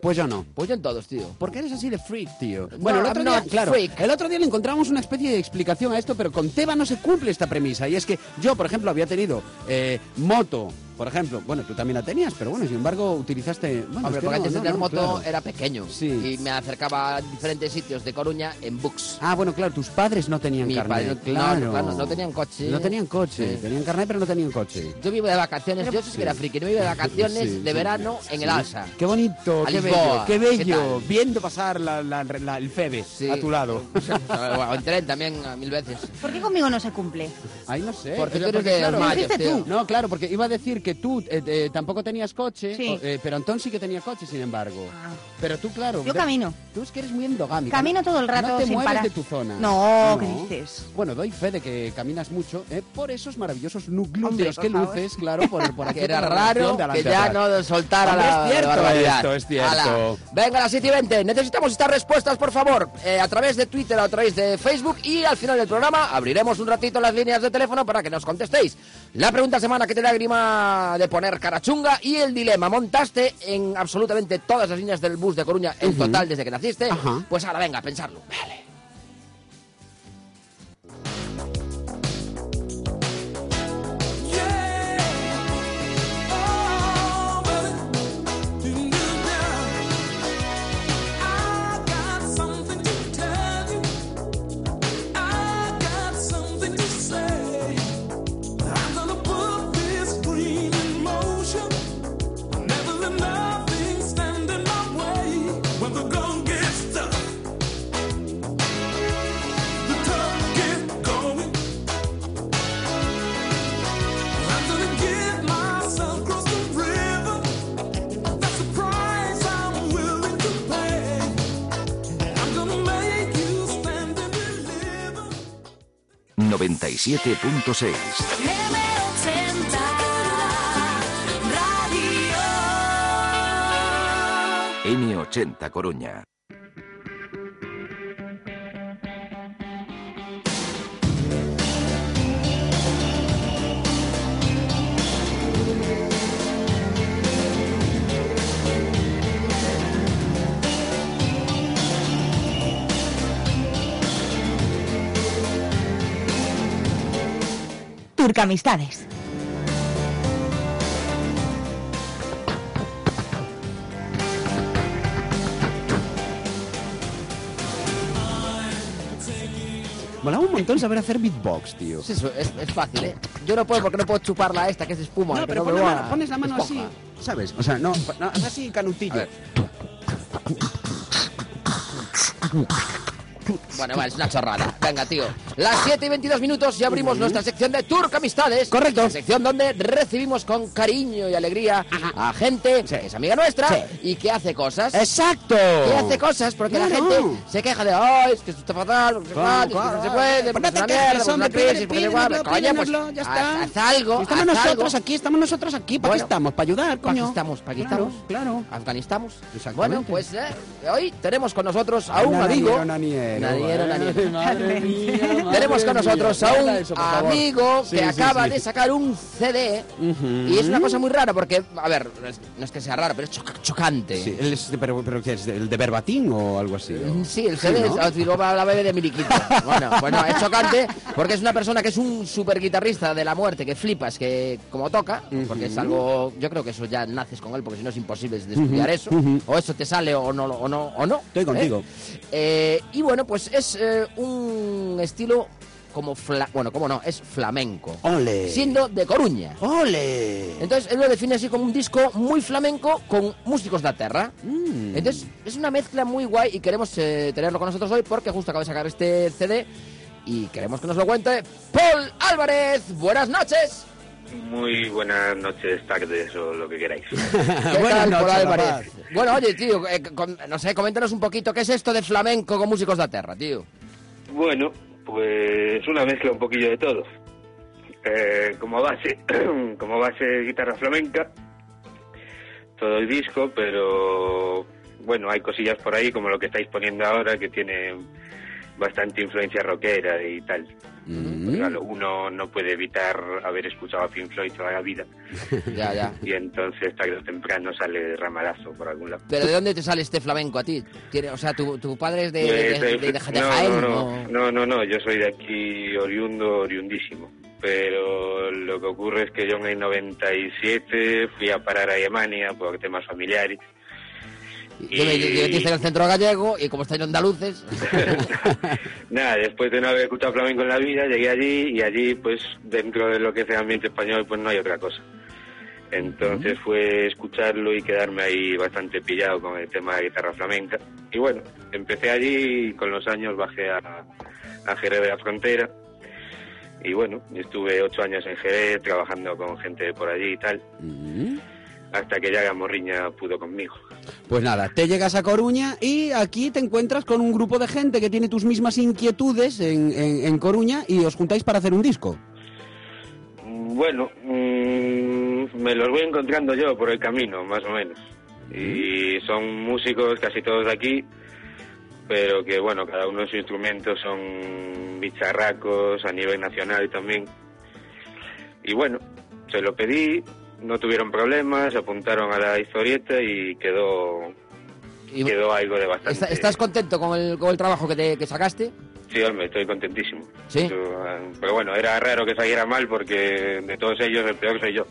B: Pues yo no.
A: Pues yo en todos, tío.
B: Porque eres así de freak, tío. Bueno, el
A: I'm
B: otro
A: not
B: día, claro,
A: freak.
B: el otro día le encontramos una especie de explicación a esto, pero con Teba no se cumple esta premisa. Y es que yo, por ejemplo, había tenido eh, moto, por ejemplo. Bueno, tú también la tenías, pero bueno, sin embargo, utilizaste. Bueno,
A: Hombre,
B: es que
A: porque
B: no,
A: antes de
B: no,
A: tener
B: no,
A: moto
B: claro.
A: era pequeño
B: Sí.
A: y me acercaba a diferentes sitios de Coruña en bus.
B: Ah, bueno, claro, tus padres no tenían
A: Mi
B: carnet.
A: padre-
B: claro.
A: no, claro, no tenían coche.
B: No tenían coche.
A: Sí.
B: Tenían carnet, pero no tenían coche.
A: Yo vivo de vacaciones, yo sé que era friki, no vivo de vacaciones
B: Sí,
A: de
B: sí.
A: verano en el Alsa.
B: Qué bonito,
A: A
B: qué
A: Lisboa.
B: bello, qué
A: ¿Qué
B: bello.
A: tal?
B: viendo pasar la- la- la- el Febe
A: Sí.
B: a tu lado.
A: o en tren también, a mil veces.
C: ¿Por qué conmigo no se cumple?
B: Ahí no sé.
A: Porque
B: o sea,
A: tú eres de
B: ¿Eh? claro,
A: Almayo,
C: fuiste
A: tío.
B: No, claro, porque iba a decir que tú eh, eh, tampoco tenías coche,
C: Sí.
B: o, eh, pero Antón sí que tenía coche, sin embargo.
C: Ah.
B: Pero tú, claro.
C: Yo
B: de-
C: camino.
B: Tú es que eres muy endogámico.
C: Camino todo el rato
B: No te
C: sin
B: mueves
C: parar.
B: de tu zona.
C: No, ¿qué dices?
B: Bueno, doy fe de que caminas mucho eh, por esos maravillosos nu- glúteos
C: por
B: que
C: favor.
B: luces, claro, por, por aquí.
A: Que era
B: por la relación
A: raro
B: de adelante
A: que ya
B: atrás.
A: no soltara
B: Hombre,
A: la
B: es cierto
A: la barbaridad.
B: esto, es cierto.
A: Ala. Venga, las 7 y 20. Necesitamos estas respuestas, por favor, eh, a través de Twitter, a través de Facebook y al final del programa abriremos un ratito las líneas de teléfono para que nos contestéis. La pregunta semana que te da grima de poner carachunga y el dilema. ¿Montaste en absolutamente todas las líneas del bus de Coruña en total desde que naciste?
B: Ajá.
A: Pues ahora venga, a pensarlo. Vale.
E: Tough get going. I'm gonna give myself across the river. That's the price I'm willing to pay. I'm gonna make you stand and deliver.
F: 97.6. M80 Coruña.
C: Turcamistades.
B: Molaba un montón saber hacer beatbox, tío.
A: Pues eso, es, es fácil, ¿eh? Yo no puedo porque no puedo chuparla esta que es espuma.
B: No,
A: que
B: pero
A: me
B: pon la
A: mola.
B: mano, pones la mano
A: Es
B: así,
A: poca.
B: ¿sabes? O sea, no, no, haz así canutillo.
A: Bueno, vale, es una chorrada. Venga, tío. Las 7 y 22 minutos y abrimos nuestra sección de Turca Amistades.
B: Correcto.
A: La sección donde recibimos con cariño y alegría a gente que es amiga nuestra
B: Sí.
A: y que hace cosas.
B: ¡Exacto!
A: Que hace cosas porque la
B: Claro.
A: gente se queja de, ay, es que esto está fatal, porque es
B: Claro,
A: mal, es que
B: claro.
A: no se puede,
B: Pues
A: porque
B: no
A: es una
B: te quejes,
A: mierda, porque es una
B: hombre, pide,
A: crisis, porque
B: pide,
A: igual,
B: pide,
A: coño,
B: pide,
A: pues,
B: hablo, ya está.
A: haz, haz algo,
B: Estamos
A: haz
B: nosotros
A: algo.
B: aquí, estamos nosotros aquí. ¿Para
A: Bueno,
B: qué estamos? ¿Para ayudar,
A: ¿Para qué
B: coño?
A: estamos? ¿Para qué
B: Claro,
A: estamos? Ah,
B: Claro.
A: Afganistamos.
B: Exactamente.
A: Bueno, pues eh, hoy tenemos con nosotros a
B: Ay,
A: un
B: naniero,
A: amigo.
B: naniero,
A: Naniero,
B: eh,
A: naniero.
B: madre mía, madre
A: Tenemos con
B: mía.
A: nosotros a
B: Guarda
A: un
B: eso, por favor.
A: amigo
B: Sí,
A: que
B: sí,
A: acaba
B: sí.
A: de sacar un CD y es una cosa muy rara porque, a ver, no es, no es que sea raro, pero es choca- chocante.
B: Sí,
A: Sí.
B: el, es- pero, pero ¿qué es? ¿El de verbatim o algo así? o-
A: Eh, el CD
B: ¿no?
A: es digo, para la bebé de Miliquita. Bueno, bueno, es chocante porque es una persona que es un super guitarrista de la muerte, que flipas, que como toca, porque es algo, yo creo que eso ya naces con él, porque si no es imposible de estudiar eso, o eso te sale o no, o no, o no.
B: Estoy
A: ¿eh?
B: contigo.
A: Eh, y bueno, pues es eh, un estilo como fla bueno, como no, es flamenco.
G: ¡Ole!
A: Siendo de Coruña.
G: ¡Ole!
A: Entonces él lo define así como un disco muy flamenco con músicos de la tierra.
B: Mm.
A: Entonces es una mezcla muy guay y queremos eh, tenerlo con nosotros hoy porque justo acaba de sacar este CD y queremos que nos lo cuente Paul Álvarez. Buenas noches.
H: Muy buenas noches, tardes o lo que queráis.
A: ¿Qué
B: Buenas
A: tal, Paul
B: noches,
A: Álvarez?
B: rapaz.
A: Bueno, oye, tío, eh, com- no sé, coméntanos un poquito qué es esto de flamenco con músicos de la tierra, tío.
H: Bueno, pues una mezcla un poquillo de todo. Eh, como base, como base guitarra flamenca, todo el disco, pero bueno, hay cosillas por ahí como lo que estáis poniendo ahora que tiene bastante influencia rockera y tal. Pues,
B: Mm.
H: Claro, uno no puede evitar haber escuchado a Pink Floyd toda la vida
A: Ya, ya.
H: y entonces tarde o temprano sale ramalazo por algún lado.
A: Pero ¿de dónde te sale este flamenco a ti? Tiene- O sea, tu, tu padre es de, de, de- de- de
H: no, no,
A: Jaén, ¿no?
H: no, no, no, no, yo soy de aquí oriundo, oriundísimo. Pero lo que ocurre es que yo en el 97 fui a parar a Alemania por temas familiares.
A: Y yo me- yo- yo estoy en el centro gallego y como estáis andaluces,
H: Nada, después de no haber escuchado flamenco en la vida, llegué allí y allí, pues dentro de lo que es el ambiente español, pues no hay otra cosa. Entonces fue escucharlo y quedarme ahí bastante pillado con el tema de guitarra flamenca. Y bueno, empecé allí y con los años bajé a, a Jerez de la Frontera. Y bueno, estuve ocho años en Jerez trabajando con gente de por allí y tal,
B: Mm.
H: hasta que ya Gamorriña pudo conmigo.
B: Pues nada, te llegas a Coruña y aquí te encuentras con un grupo de gente que tiene tus mismas inquietudes en, en- en Coruña y os juntáis para hacer un disco.
H: Bueno, mm, me los voy encontrando yo por el camino, más o menos. Y son músicos casi todos de aquí, pero que bueno, cada uno de sus instrumentos son bicharracos a nivel nacional también. Y bueno, se lo pedí, no tuvieron problemas, se apuntaron a la historieta y quedó,
A: y-
H: quedó algo de bastante.
A: ¿está- ¿estás contento con el, con el trabajo que, te, que sacaste?
H: Sí, hombre, estoy contentísimo.
A: ¿Sí?
H: Yo, eh, Pero bueno, era raro que saliera mal porque de todos ellos el peor soy yo.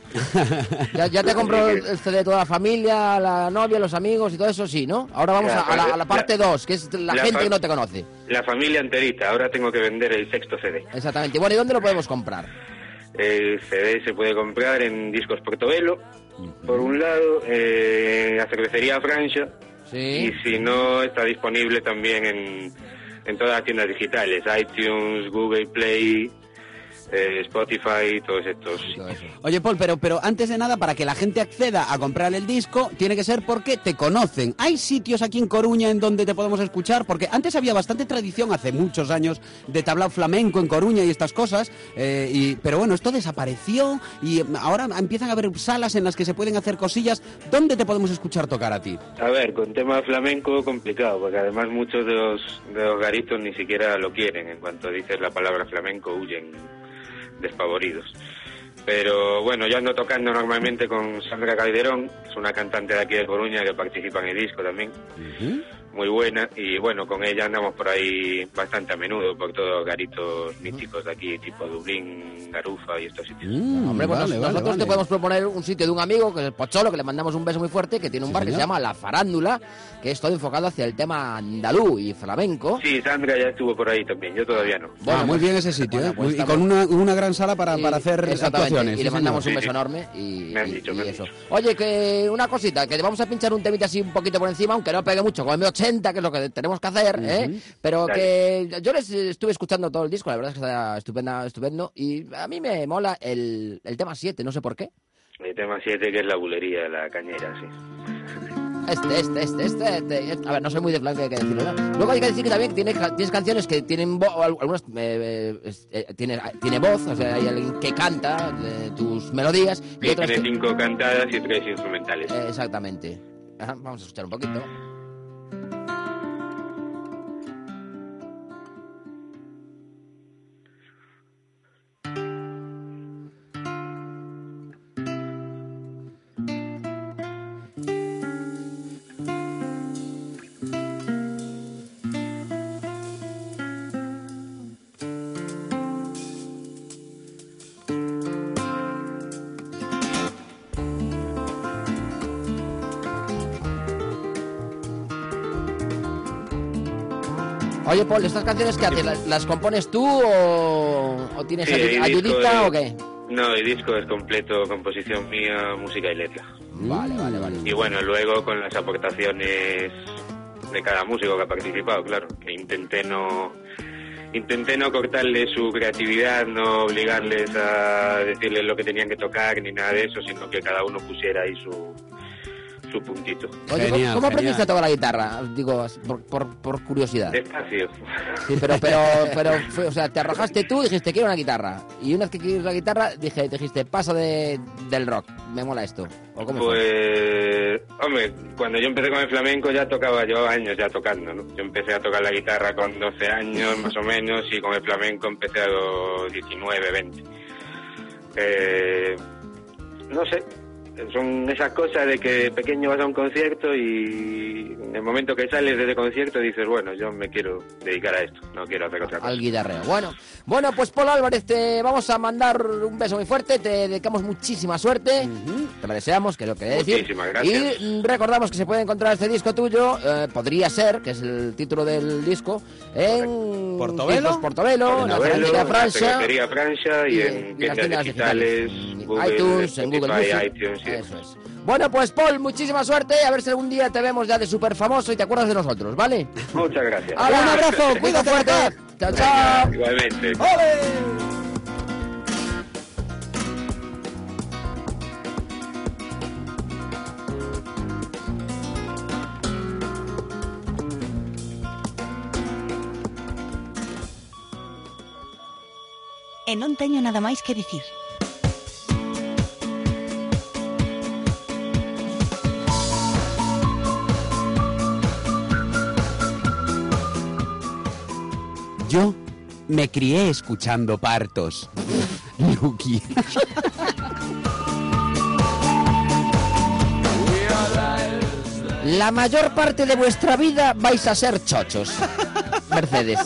A: ¿Ya, ya te compró el el CD de toda la familia, la novia, los amigos y todo eso? Sí, ¿no? Ahora vamos
H: Ya,
A: a, a la, a la
H: la-
A: parte 2, que es la,
H: la
A: gente
H: par-
A: que no te conoce.
H: La familia enterita, ahora tengo que vender el sexto CD.
A: Exactamente. Bueno, ¿y dónde lo podemos comprar?
H: El CD se puede comprar en Discos Portobelo, por un lado, eh, la Cervecería Francia,
A: Sí.
H: y si no, está disponible también en, en todas las tiendas digitales, iTunes, Google Play, eh, Spotify, todos estos.
A: y todo eso.
B: Oye, Paul, pero, pero antes de nada, para que la gente acceda a comprar el disco, tiene que ser porque te conocen. ¿Hay sitios aquí en Coruña en donde te podemos escuchar? Porque antes había bastante tradición, hace muchos años, de tablao flamenco en Coruña y estas cosas. eh, y- pero bueno, esto desapareció y ahora empiezan a haber salas en las que se pueden hacer cosillas. ¿Dónde te podemos escuchar tocar a ti?
H: A ver, con tema flamenco complicado, porque además muchos de los, de los garitos ni siquiera lo quieren. En cuanto dices la palabra flamenco, huyen despavoridos. Pero bueno, yo ando tocando normalmente con Sandra Calderón, es una cantante de aquí de Coruña que participa en el disco también, muy buena, y bueno, con ella andamos por ahí bastante a menudo, por todos los garitos míticos de aquí, tipo Dublín, Garufa y estos sitios.
B: Mm.
A: Hombre, pues
B: vale,
A: nos-
B: vale,
A: nosotros
B: vale.
A: te podemos proponer un sitio de un amigo, que es el Pocholo, que le mandamos un beso muy fuerte, que tiene un
B: Sí,
A: bar que
B: señor.
A: se llama La Farándula, que es todo enfocado hacia el tema andalú y flamenco.
H: Sí, Sandra ya estuvo por ahí también, yo todavía no.
A: Bueno,
B: ah, muy
A: pues-
B: bien ese sitio,
A: bueno,
B: ¿eh?
A: pues
B: Muy- y
A: estamos-
B: con una, una gran sala para, para
A: Y-
B: hacer
A: exactamente,
B: actuaciones.
A: Y
B: sí,
A: le mandamos
B: señor.
A: un
H: Sí,
A: beso
H: sí.
A: enorme y,
H: Me han
A: y-
H: dicho,
A: y
H: me han
A: eso.
H: dicho.
A: Oye, que una cosita, que vamos a pinchar un temita así un poquito por encima, aunque no pegue mucho con M80, que es lo que tenemos que hacer, ¿eh? Pero que yo les estuve escuchando todo el disco, la verdad es que está estupenda, estupendo, y a mí me mola el, el tema 7, no sé por qué.
H: El tema 7 que es la bulería, la cañera, sí.
A: Este, este, este, este, este, este. A ver, no soy muy de flamenco, hay que decirlo, ¿no? Luego hay que decir que también tiene, ca- tienes canciones que tienen voz, algunas eh, eh, es- eh, tiene, tiene voz, o sea, hay alguien que canta eh, tus melodías y
H: Sí,
A: otras
H: tiene
A: que-
H: cinco cantadas y tres instrumentales.
A: Eh, Exactamente. Ajá, vamos a escuchar un poquito. Oye, Paul, ¿estas canciones qué haces? ¿Las, las compones tú o, o tienes
H: Sí,
A: ayu-
H: el disco
A: ayudita
H: es-
A: o qué?
H: No, el disco es completo, composición mía, música y letra.
A: Mm. Vale, vale, vale.
H: Y bueno, luego con las aportaciones de cada músico que ha participado, claro, que intenté no intenté no cortarle su creatividad, no obligarles a decirles lo que tenían que tocar ni nada de eso, sino que cada uno pusiera ahí su su puntito.
A: Oye, ¿cómo-
B: Genial,
A: ¿cómo
B: genial.
A: aprendiste a tocar la guitarra? Digo, por, por, por curiosidad.
H: Despacio.
A: Sí, pero, pero, pero, fue- o sea, te arrojaste tú y dijiste, quiero una guitarra. Y una vez que quieres la guitarra, dije, dijiste, paso de, del rock, me mola esto. ¿O cómo fue?
H: Pues, hombre, cuando yo empecé con el flamenco ya tocaba yo años ya tocando, ¿no? Yo empecé a tocar la guitarra con 12 años más o menos y con el flamenco empecé a los 19, 20. Eh, no sé, son esas cosas de que pequeño vas a un concierto y en el momento que sales de ese concierto dices, bueno, yo me quiero dedicar a esto, no quiero hacer otra cosa.
A: Al guitarreo. Bueno, bueno, pues Polo Álvarez, te vamos a mandar un beso muy fuerte, te dedicamos muchísima suerte, te la deseamos, que es lo que quería decir.
H: Muchísimas gracias.
A: Y mm, recordamos que se puede encontrar este disco tuyo, eh, podría ser, que es el título del disco, en
B: ¿Portobelo?
A: Discos Portobelo, en la
H: Novelo,
A: Ferretería
H: en la
A: Francia.
H: Secretaría Francia y,
A: y
H: en
A: y las
H: tiendas
A: tiendas
H: digitales,
A: digitales.
H: Google,
A: iTunes, en Google
H: Spotify,
A: Music.
H: iTunes y
A: Eso
H: demás.
A: es. Bueno, pues Paul, muchísima suerte. A ver si algún día te vemos ya de súper famoso y te acuerdas de nosotros, ¿vale?
H: Muchas gracias.
A: Ahora,
B: Un abrazo,
A: beso
B: cuídate, Oh.
A: fuerte. Chao, chao.
H: Igualmente.
C: E non teño nada máis que dicir.
B: Yo me crié escuchando partos. Lucky.
A: La mayor parte de vuestra vida vais a ser chochos. Mercedes.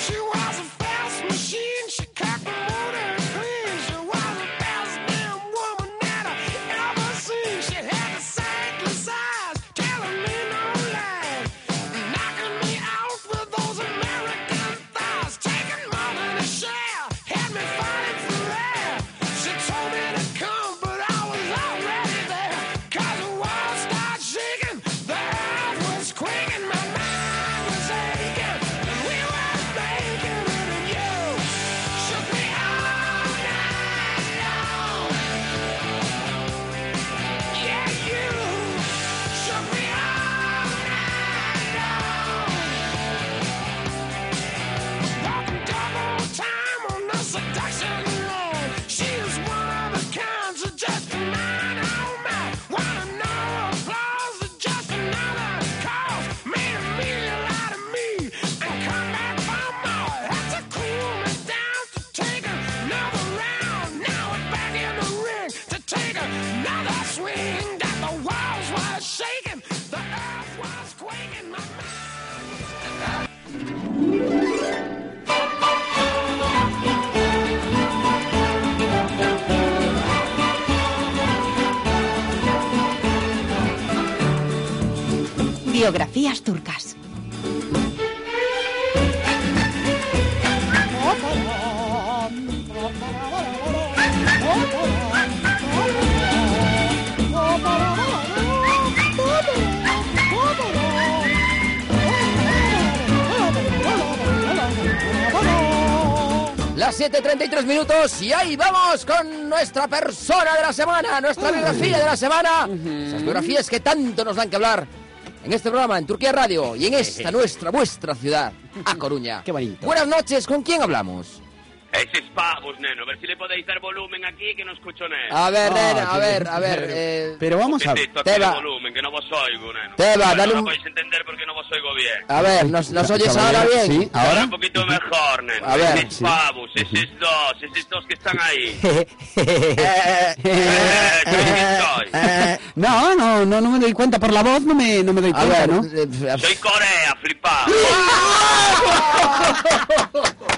E: She was a fast machine, she cocked the motor clean. She was the best damn woman that I ever seen. She had the sightless eyes, telling me no lies, knocking me out with those American thighs, taking more than a share, had me fighting for air. She told me to come, but I was already there. 'Cause the world started shaking, the earth was quaking, my mind was aching, and we were. Just a man on man, wanna know applause is just another cause. Made a meal out of me and come back for more. Had to cool me down to take another round. Now I'm back in the ring to take another swing. That the walls were shaking, the earth was quaking. My
C: Biografías turcas.
A: Las 7.33 minutos y ahí vamos con nuestra persona de la semana, nuestra biografía de la semana. Esas biografías que tanto nos dan que hablar en este programa, en Turquía Radio y en esta nuestra, vuestra ciudad, A Coruña.
B: Qué bonito.
A: Buenas noches, ¿con quién hablamos?
I: Eses pavos, neno, a ver si le podéis dar volumen aquí que no escucho neno.
A: A ver,
B: Ah,
A: nena, a
B: qué
A: ver,
B: bien.
A: a ver. eh,
B: Pero vamos a ver.
I: Esto aquí
A: Teba.
I: de volumen, que no vos oigo, neno.
A: Teba,
I: Bueno,
A: dale
I: no
A: un-
I: podéis entender porque no vos oigo bien.
A: A ver, ¿nos, nos
B: Ca-
A: oyes
B: caballero,
A: ahora bien?
B: Sí, ahora.
I: Un poquito mejor, neno.
A: A ver,
I: eses
B: sí.
I: pavos, esos dos, esos dos que están ahí.
A: Eh,
I: Eh, soy.
A: eh,
B: No, no, no, no me doy cuenta. Por la voz no me, no me doy
A: A
B: cuenta,
A: ver,
B: ¿no?
A: eh,
I: Soy Corea, flipado.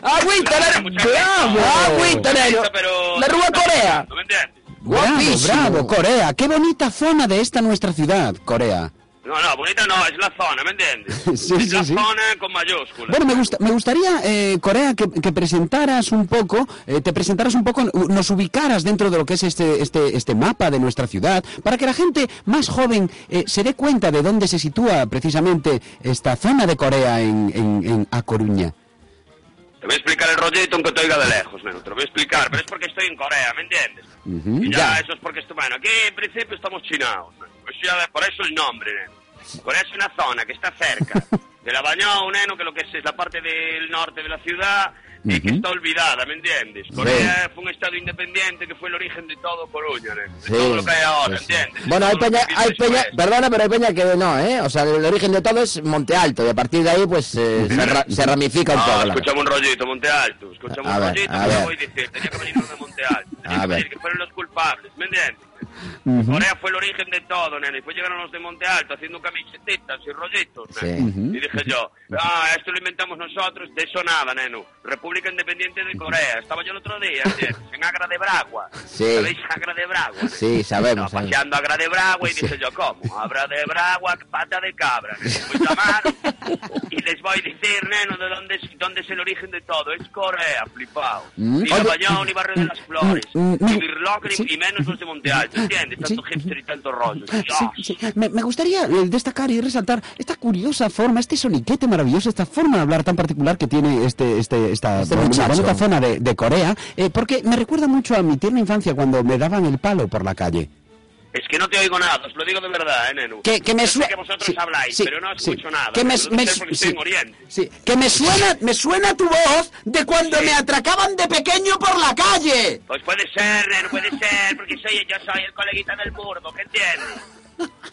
A: agüita,
I: Claro,
A: nena,
I: muchacho.
A: bravo, agüita, nena.
I: Pero...
A: eh! La Rúa Corea.
I: ¿No me entiendes?
B: Bravo,
A: Guapísimo.
B: bravo, Corea. Qué bonita zona de esta nuestra ciudad, Corea.
I: No, no, bonita no, es la zona, ¿me entiendes?
B: Sí,
I: es
B: sí,
I: la
B: sí.
I: zona con mayúsculas.
B: Bueno, me, gusta, me gustaría, eh, Corea, que, que presentaras un poco, eh, te presentaras un poco, nos ubicaras dentro de lo que es este, este, este mapa de nuestra ciudad, para que la gente más joven eh, se dé cuenta de dónde se sitúa precisamente esta zona de Corea en, en, en A Coruña.
I: Te voy a explicar el rollito aunque te oiga de lejos, neno. Te lo voy a explicar, pero es porque estoy en Corea, ¿me entiendes? Y ya, eso es porque estoy... Bueno, aquí en principio estamos chinados. neno. Eso ya- por eso el nombre, neno. Corea es una zona que está cerca de la Bañón, neno, que lo que es, es la parte del norte de la ciudad y que
B: Ujú.
I: está olvidada, ¿me entiendes? Corea fue un estado independiente que fue el origen de todo Coruña, neno. De
A: Sí,
I: todo lo que hay ahora,
A: pues sí, sí.
I: ¿entiendes? De
A: Bueno, hay
I: todo lo que
A: peña,
I: aquí
A: hay
I: se
A: peña,
I: hizo esto.
A: perdona, pero hay peña que no, ¿eh? O sea, el origen de todo es Monte Alto y a partir de ahí, pues, eh, se, ra- se ramifica un
I: No,
A: poco. la-
I: escuchamos un rollito, Monte Alto. Escuchamos
A: A
I: un
A: ver,
I: rollito
A: a
I: que
A: ver.
I: voy a decir. Tenía que venir uno de Monte Alto. Tenía
A: A
I: que
A: ver.
I: venir, que fueron los culpables. ¿Me entiendes? Corea fue el origen de todo, nene. Después llegaron los de Monte Alto haciendo camisetas y rollitos. nene.
A: Sí.
I: Y dije yo, ah, esto lo inventamos nosotros, de eso nada, neno. República Independiente de Corea. Estaba yo el otro día, nene, en Agra de Bragua.
A: Sí.
I: ¿Sabéis Agra de Bragua? nene?
A: Sí, sabemos. ¿eh?
I: Estaba
A: sabemos.
I: paseando a Gra de Bragua y dije yo, ¿cómo? Abra de Bragua, pata de cabra. Les voy a llamar y les voy a decir, neno, de dónde es, dónde es el origen de todo. Es Corea, flipado. Ni
B: Mm. Oye,
I: Bayón, ni Barrio de las Flores,
B: mm,
I: ni
B: mm,
I: Birlock, ni-
B: sí.
I: y menos los de Monte Alto, ¿entiendes? Tanto hipster y tanto rollo. Dios.
B: Sí, sí. Me, me gustaría eh, destacar y resaltar esta curiosa forma, este soniquete maravilloso, esta forma de hablar tan particular que tiene este, este, esta
A: Este
B: bonita,
A: muchacho.
B: bonita zona de, de Corea, eh, porque me recuerda mucho a mi tierna infancia cuando me daban el palo por la calle.
I: Es que no te oigo nada, os lo digo de verdad, ¿eh, neno.
B: Que, que me
I: Yo sé
B: suena...
I: que vosotros habláis, pero no escucho nada.
B: Que me,
I: neno. No
B: me-
I: sé porque estoy
B: sí,
I: en Oriente.
B: sí. Que me suena, me suena tu voz de cuando me atracaban de pequeño por la calle.
I: Pues puede ser, neno, puede ser, porque soy, yo soy el coleguita del burdo, ¿qué entiendes?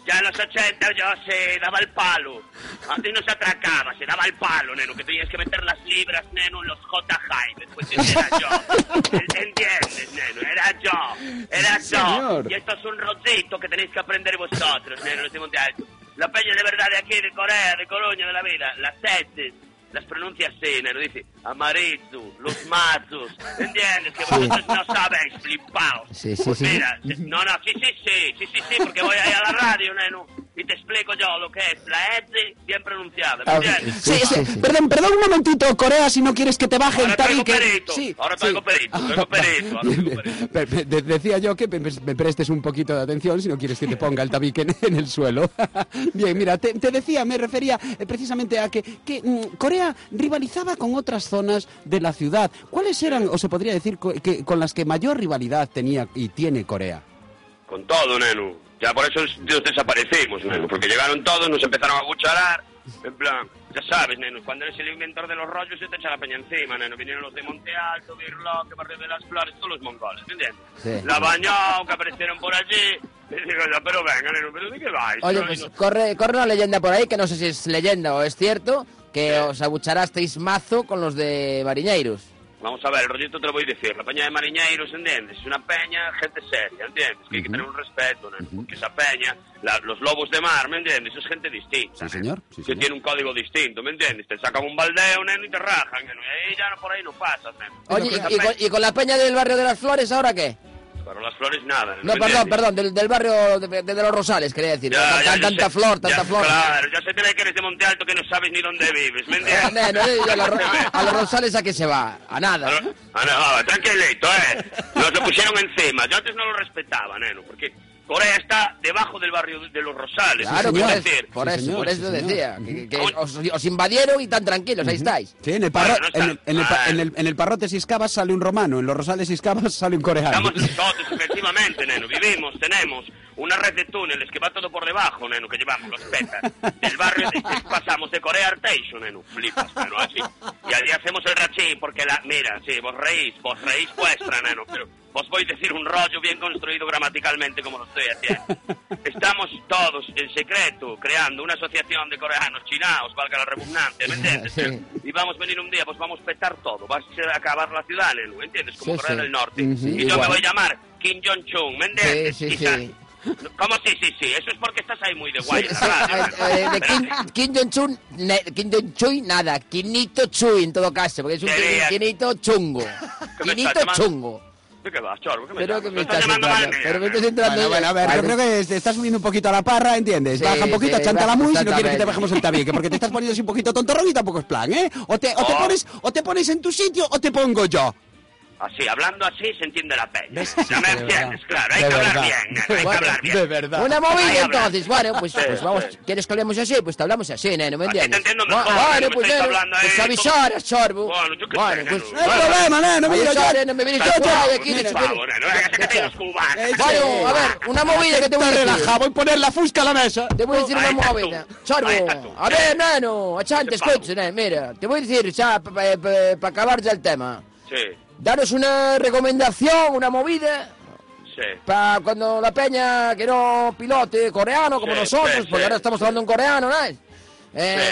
I: Ya en los 80 yo se daba el palo. Antes no se atracaba, se daba el palo, neno, que tenías que meter las libras, neno, en los J. Jaime. Pues ese era yo. ¿Entiendes, neno? Era yo. Era yo.
B: señor.
I: Y esto es un rollito que tenéis que aprender vosotros, neno, los de Monte Alto. La peña de verdad de aquí, de Corea, de Coruña, de la vida, las S Las pronuncia así, neno, dice amarillo, los matos, ¿entiendes? Que vosotros no sabéis, flipaos.
A: Sí, sí,
I: Pues
A: sí.
I: mira, se- no, no, sí, sí, sí, sí, sí, sí, porque voy ahí a la radio, neno, y te explico yo lo que es la S bien pronunciada, ¿me
A: Ah,
I: entiendes?
B: Sí,
A: Sí,
B: sí,
A: sí.
B: Perdón, perdón un momentito, Corea, si no quieres que te baje
I: Ahora
B: el
I: traigo
B: tabique.
I: perito, ahora traigo perito, traigo perito, ahora traigo perito.
B: Per- per- de- Decía yo que me, me prestes un poquito de atención si no quieres que te ponga el tabique en, en el suelo. Bien, mira, te, te decía, me refería eh, precisamente a que, que, mm, Corea rivalizaba con otras zonas de la ciudad. ¿Cuáles eran, o se podría decir, co- que, con las que mayor rivalidad tenía y tiene Corea?
I: Con todo, neno. Ya por eso es- nos desaparecimos, neno. Porque llegaron todos, nos empezaron a cucharar. En plan, ya sabes, neno, cuando eres el inventor de los rollos se te echa la peña encima, neno. Vinieron los de Monte Alto, Birloque, Barrio de las Flores, todos los mongoles, ¿me entiendes?
A: Sí.
I: La bañón que aparecieron por allí. Y digo yo, pero venga, neno, pero ¿de qué vais?
A: Oye,
I: Pero,
A: pues
I: neno,
A: corre, corre una leyenda por ahí, que no sé si es leyenda o es cierto, que os abucharasteis mazo con los de Bariñeiros.
I: Vamos a ver, el rollito te lo voy a decir. La peña de Mariñeiros, ¿entiendes? Es una peña, gente seria, ¿entiendes? Que hay que tener un respeto, neno. Porque esa peña, la- los lobos de mar, ¿me entiendes? Es gente distinta.
B: Sí,
I: neno.
B: señor. Sí,
I: que tiene un código distinto, ¿me entiendes? Te sacan un baldeo, neno, y te rajan, neno. Y ahí ya no, por ahí no pasas, neno.
A: Oye,
I: Esa
A: y, y con,
I: peña-
A: y con la peña del barrio de las flores ahora qué?
I: Pero las flores nada, neno, ¿me
A: No, perdón,
I: entiendes?
A: perdón, del, del barrio de, de- de los Rosales, quería decir.
I: Ya,
A: Tan-
I: ya, yo
A: tanta
I: sé-
A: flor, tanta
I: ya,
A: flor.
I: Claro, ya se te ve que eres de Monte Alto que no sabes ni dónde vives, ¿me
A: Eh,
I: entiendes?
A: neno, eh, y a, los,
I: Se ve.
A: a los Rosales a qué se va, a nada.
I: Ah, no, ah, no, tranquilito, eh. Nos lo pusieron encima. Yo antes no lo respetaba, neno, porque Corea está debajo del barrio de los Rosales.
A: Claro,
I: es
A: por eso,
I: decir,
A: por
B: Sí,
A: eso,
B: señor,
A: por
B: sí,
A: eso
B: señor.
A: decía. Que, que
I: Ujú.
A: os, os invadieron y tan tranquilos, ahí estáis.
B: Sí, en el, parro-
I: Bueno, no está
B: en el- en el pa- en el- en el Parrotes y Escabas sale un romano, en los Rosales y Escabas sale un coreano.
I: Estamos nosotros, efectivamente, neno. Vivimos, tenemos una red de túneles que va todo por debajo, neno, que llevamos los petas. Del barrio de- pasamos de Corea a Arteixo, neno. Flipas, pero así. Y allí hacemos el rachi sí, porque la... Mira, sí, vos reís, vos reís vuestra, neno, pero vos voy a decir un rollo bien construido gramaticalmente como lo estoy haciendo. Estamos todos en secreto creando una asociación de coreanos, chinaos, valga la redundancia, ¿me entiendes?
A: Sí.
I: Y vamos a venir un día, pues vamos a petar todo, vas a acabar la ciudad, neno, ¿entiendes? Como
A: Sí,
I: Corea
A: sí.
I: del Norte.
A: Ujú.
I: y yo me
A: Igual.
I: voy a llamar Kim Jong-un, ¿me entiendes?
A: Sí, sí,
I: Quizás-
A: sí.
I: ¿Cómo sí, sí, sí? Eso es porque estás ahí muy de
A: Sí,
I: guay. en la
A: sí,
I: radio,
A: eh,
I: neno.
A: eh, de Kim, Kim Jong-un, ne- Kim Jong-chui, nada. Quinito Chui, en todo caso, porque es un
I: Quería-
A: quinito chungo.
I: me estás
A: Quinito
I: llamando?
A: chungo.
I: ¿De qué vas, chorro? ¿Qué me
A: Pero
I: llamas?
A: que me
I: Me
A: estás
I: llamando
A: entrando,
I: mal,
A: pero me
I: nena.
A: estás entrando...
B: Bueno, bueno, a ver, yo creo que te estás subiendo un poquito a la parra, ¿entiendes?
A: Sí,
B: Baja un poquito,
A: sí,
B: chanta la
A: baja,
B: muy si no quieres que te
A: exactamente.
B: bajemos el tabique, porque te estás poniendo así un poquito tontorrón y tampoco es plan, ¿eh? O te, o te
I: Oh.
B: pones, o te pones en tu sitio o te pongo yo.
I: Así, hablando así se entiende la peña.
B: ¿Ves?
I: Ya me
B: De verdad.
I: entiendes, claro. Hay
B: De
I: que hablar
B: verdad.
I: bien, nena, hay que
A: Bueno,
I: hablar bien.
B: de verdad.
A: Una
I: Ahí
A: movida
I: habla.
A: entonces, bueno, pues,
I: Sí,
A: pues vamos,
I: sí.
A: ¿quieres que hablemos así? Pues te hablamos así, ¿no? ¿Me
I: Así te
A: entiendes?
I: entiendo mejor,
A: Bueno,
I: que me estáis
A: pues, neno,
I: hablando ahí,
A: pues avisar, sorbo.
I: Bueno, yo qué sé,
A: pues...
I: neno.
B: No hay problema, nena, no me
A: Avisar,
B: digas yo.
A: neno, me vienes
I: Por
A: yo, yo,
I: favor,
A: aquí,
I: por
A: neno,
I: favor, nena, venga, que te tengas cubana.
B: Eh,
A: Bueno, a ver, una movida que te voy a
B: Está
A: decir.
B: relajado, voy a poner la fusca a la mesa.
A: Te voy a decir
I: Ahí
A: una
I: estás
A: movida.
I: tú. Ahí estás tú.
A: Sorbo. A ver, nano, achante,
I: Ese pavo.
A: escucha, neno, mira. Te voy a decir, ya, para acabar ya el tema.
I: Sí,
A: Daros una recomendación, una movida,
I: sí.
A: para cuando la peña que no pilote coreano como
I: Sí,
A: nosotros,
I: sí,
A: porque
I: sí,
A: ahora estamos
I: sí.
A: hablando en coreano, ¿no? Eh,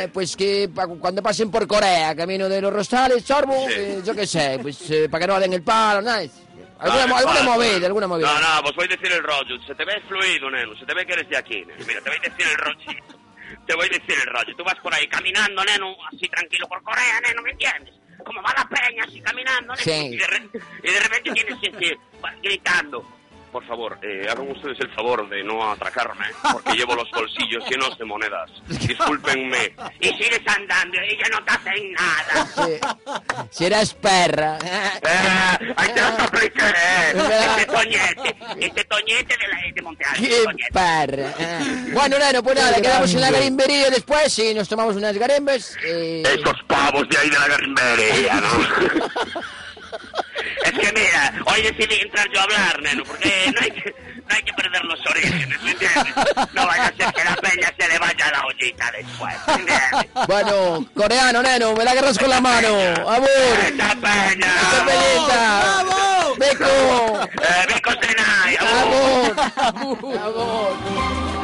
I: Sí.
A: Pues que pa- cuando pasen por Corea, camino de los Rosales, Sorbo,
I: Sí.
A: eh, yo qué sé, pues para que no den el palo, ¿no? Alguna,
I: Vale,
A: mo- alguna
I: vale,
A: movida,
I: vale.
A: alguna
I: No,
A: movida.
I: no, vos voy a decir el rollo. Se te ve fluido, neno. Se te ve que eres de aquí, neno. Mira, te voy a decir el rollito. Te voy a decir el rollo. Tú vas por ahí caminando, neno, así tranquilo por Corea, neno, ¿me entiendes? Como va la peña así caminando, neno.
A: Sí.
I: Y, de re- y de repente tienes que decir, va- gritando. Por favor, eh, hagan ustedes el favor de no atracarme, porque llevo los bolsillos llenos de monedas. Discúlpenme. Y sigues andando y ya no te hacen nada.
A: Sí. Si eras perra.
I: Eh, ahí te lo apliqué,
A: ¿Verdad?
I: eh. Este toñete, este toñete de, la, de Monte Alto,
A: ¡Qué
I: toñete.
A: perra! Bueno, no, pues nada, quedamos en la garimbería después y nos tomamos unas garimbes. eh,
I: Esos pavos de ahí de la garimbería, ¿no? es que mira, hoy decidí entrar yo a hablar, neno, porque no hay que, no hay que perder los orígenes, ¿me entiendes? No vaya a ser que la peña se le vaya la ollita después, ¿me entiendes?
A: Bueno, coreano, neno, me la agarras con la mano. ¡A ver!
I: ¡Esta peña!
A: ¡Qué belleza!
B: ¡Vamos!
A: ¡Beco!
I: ¡Eh, Vico Senay!
A: ¡A
I: ¡Vamos!
A: vos! ¡A vos!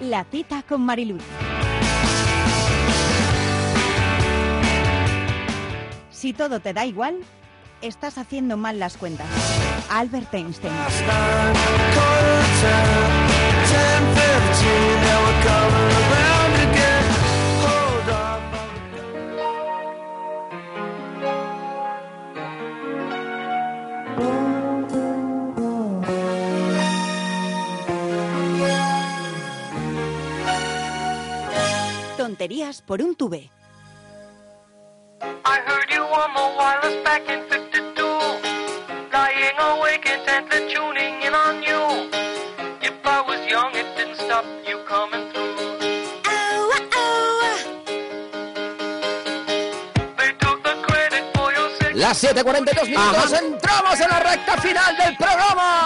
C: La cita con Mariluz. Si todo te da igual, estás haciendo mal las cuentas. Albert Einstein. Tonterías por un tube.
E: I heard you on the wireless back in 52. Lying awake intently tuning in on you. If I was young, it didn't stop you coming through. They took the credit for your sick.
A: Las 7.42 minutos, entramos en la recta final del programa.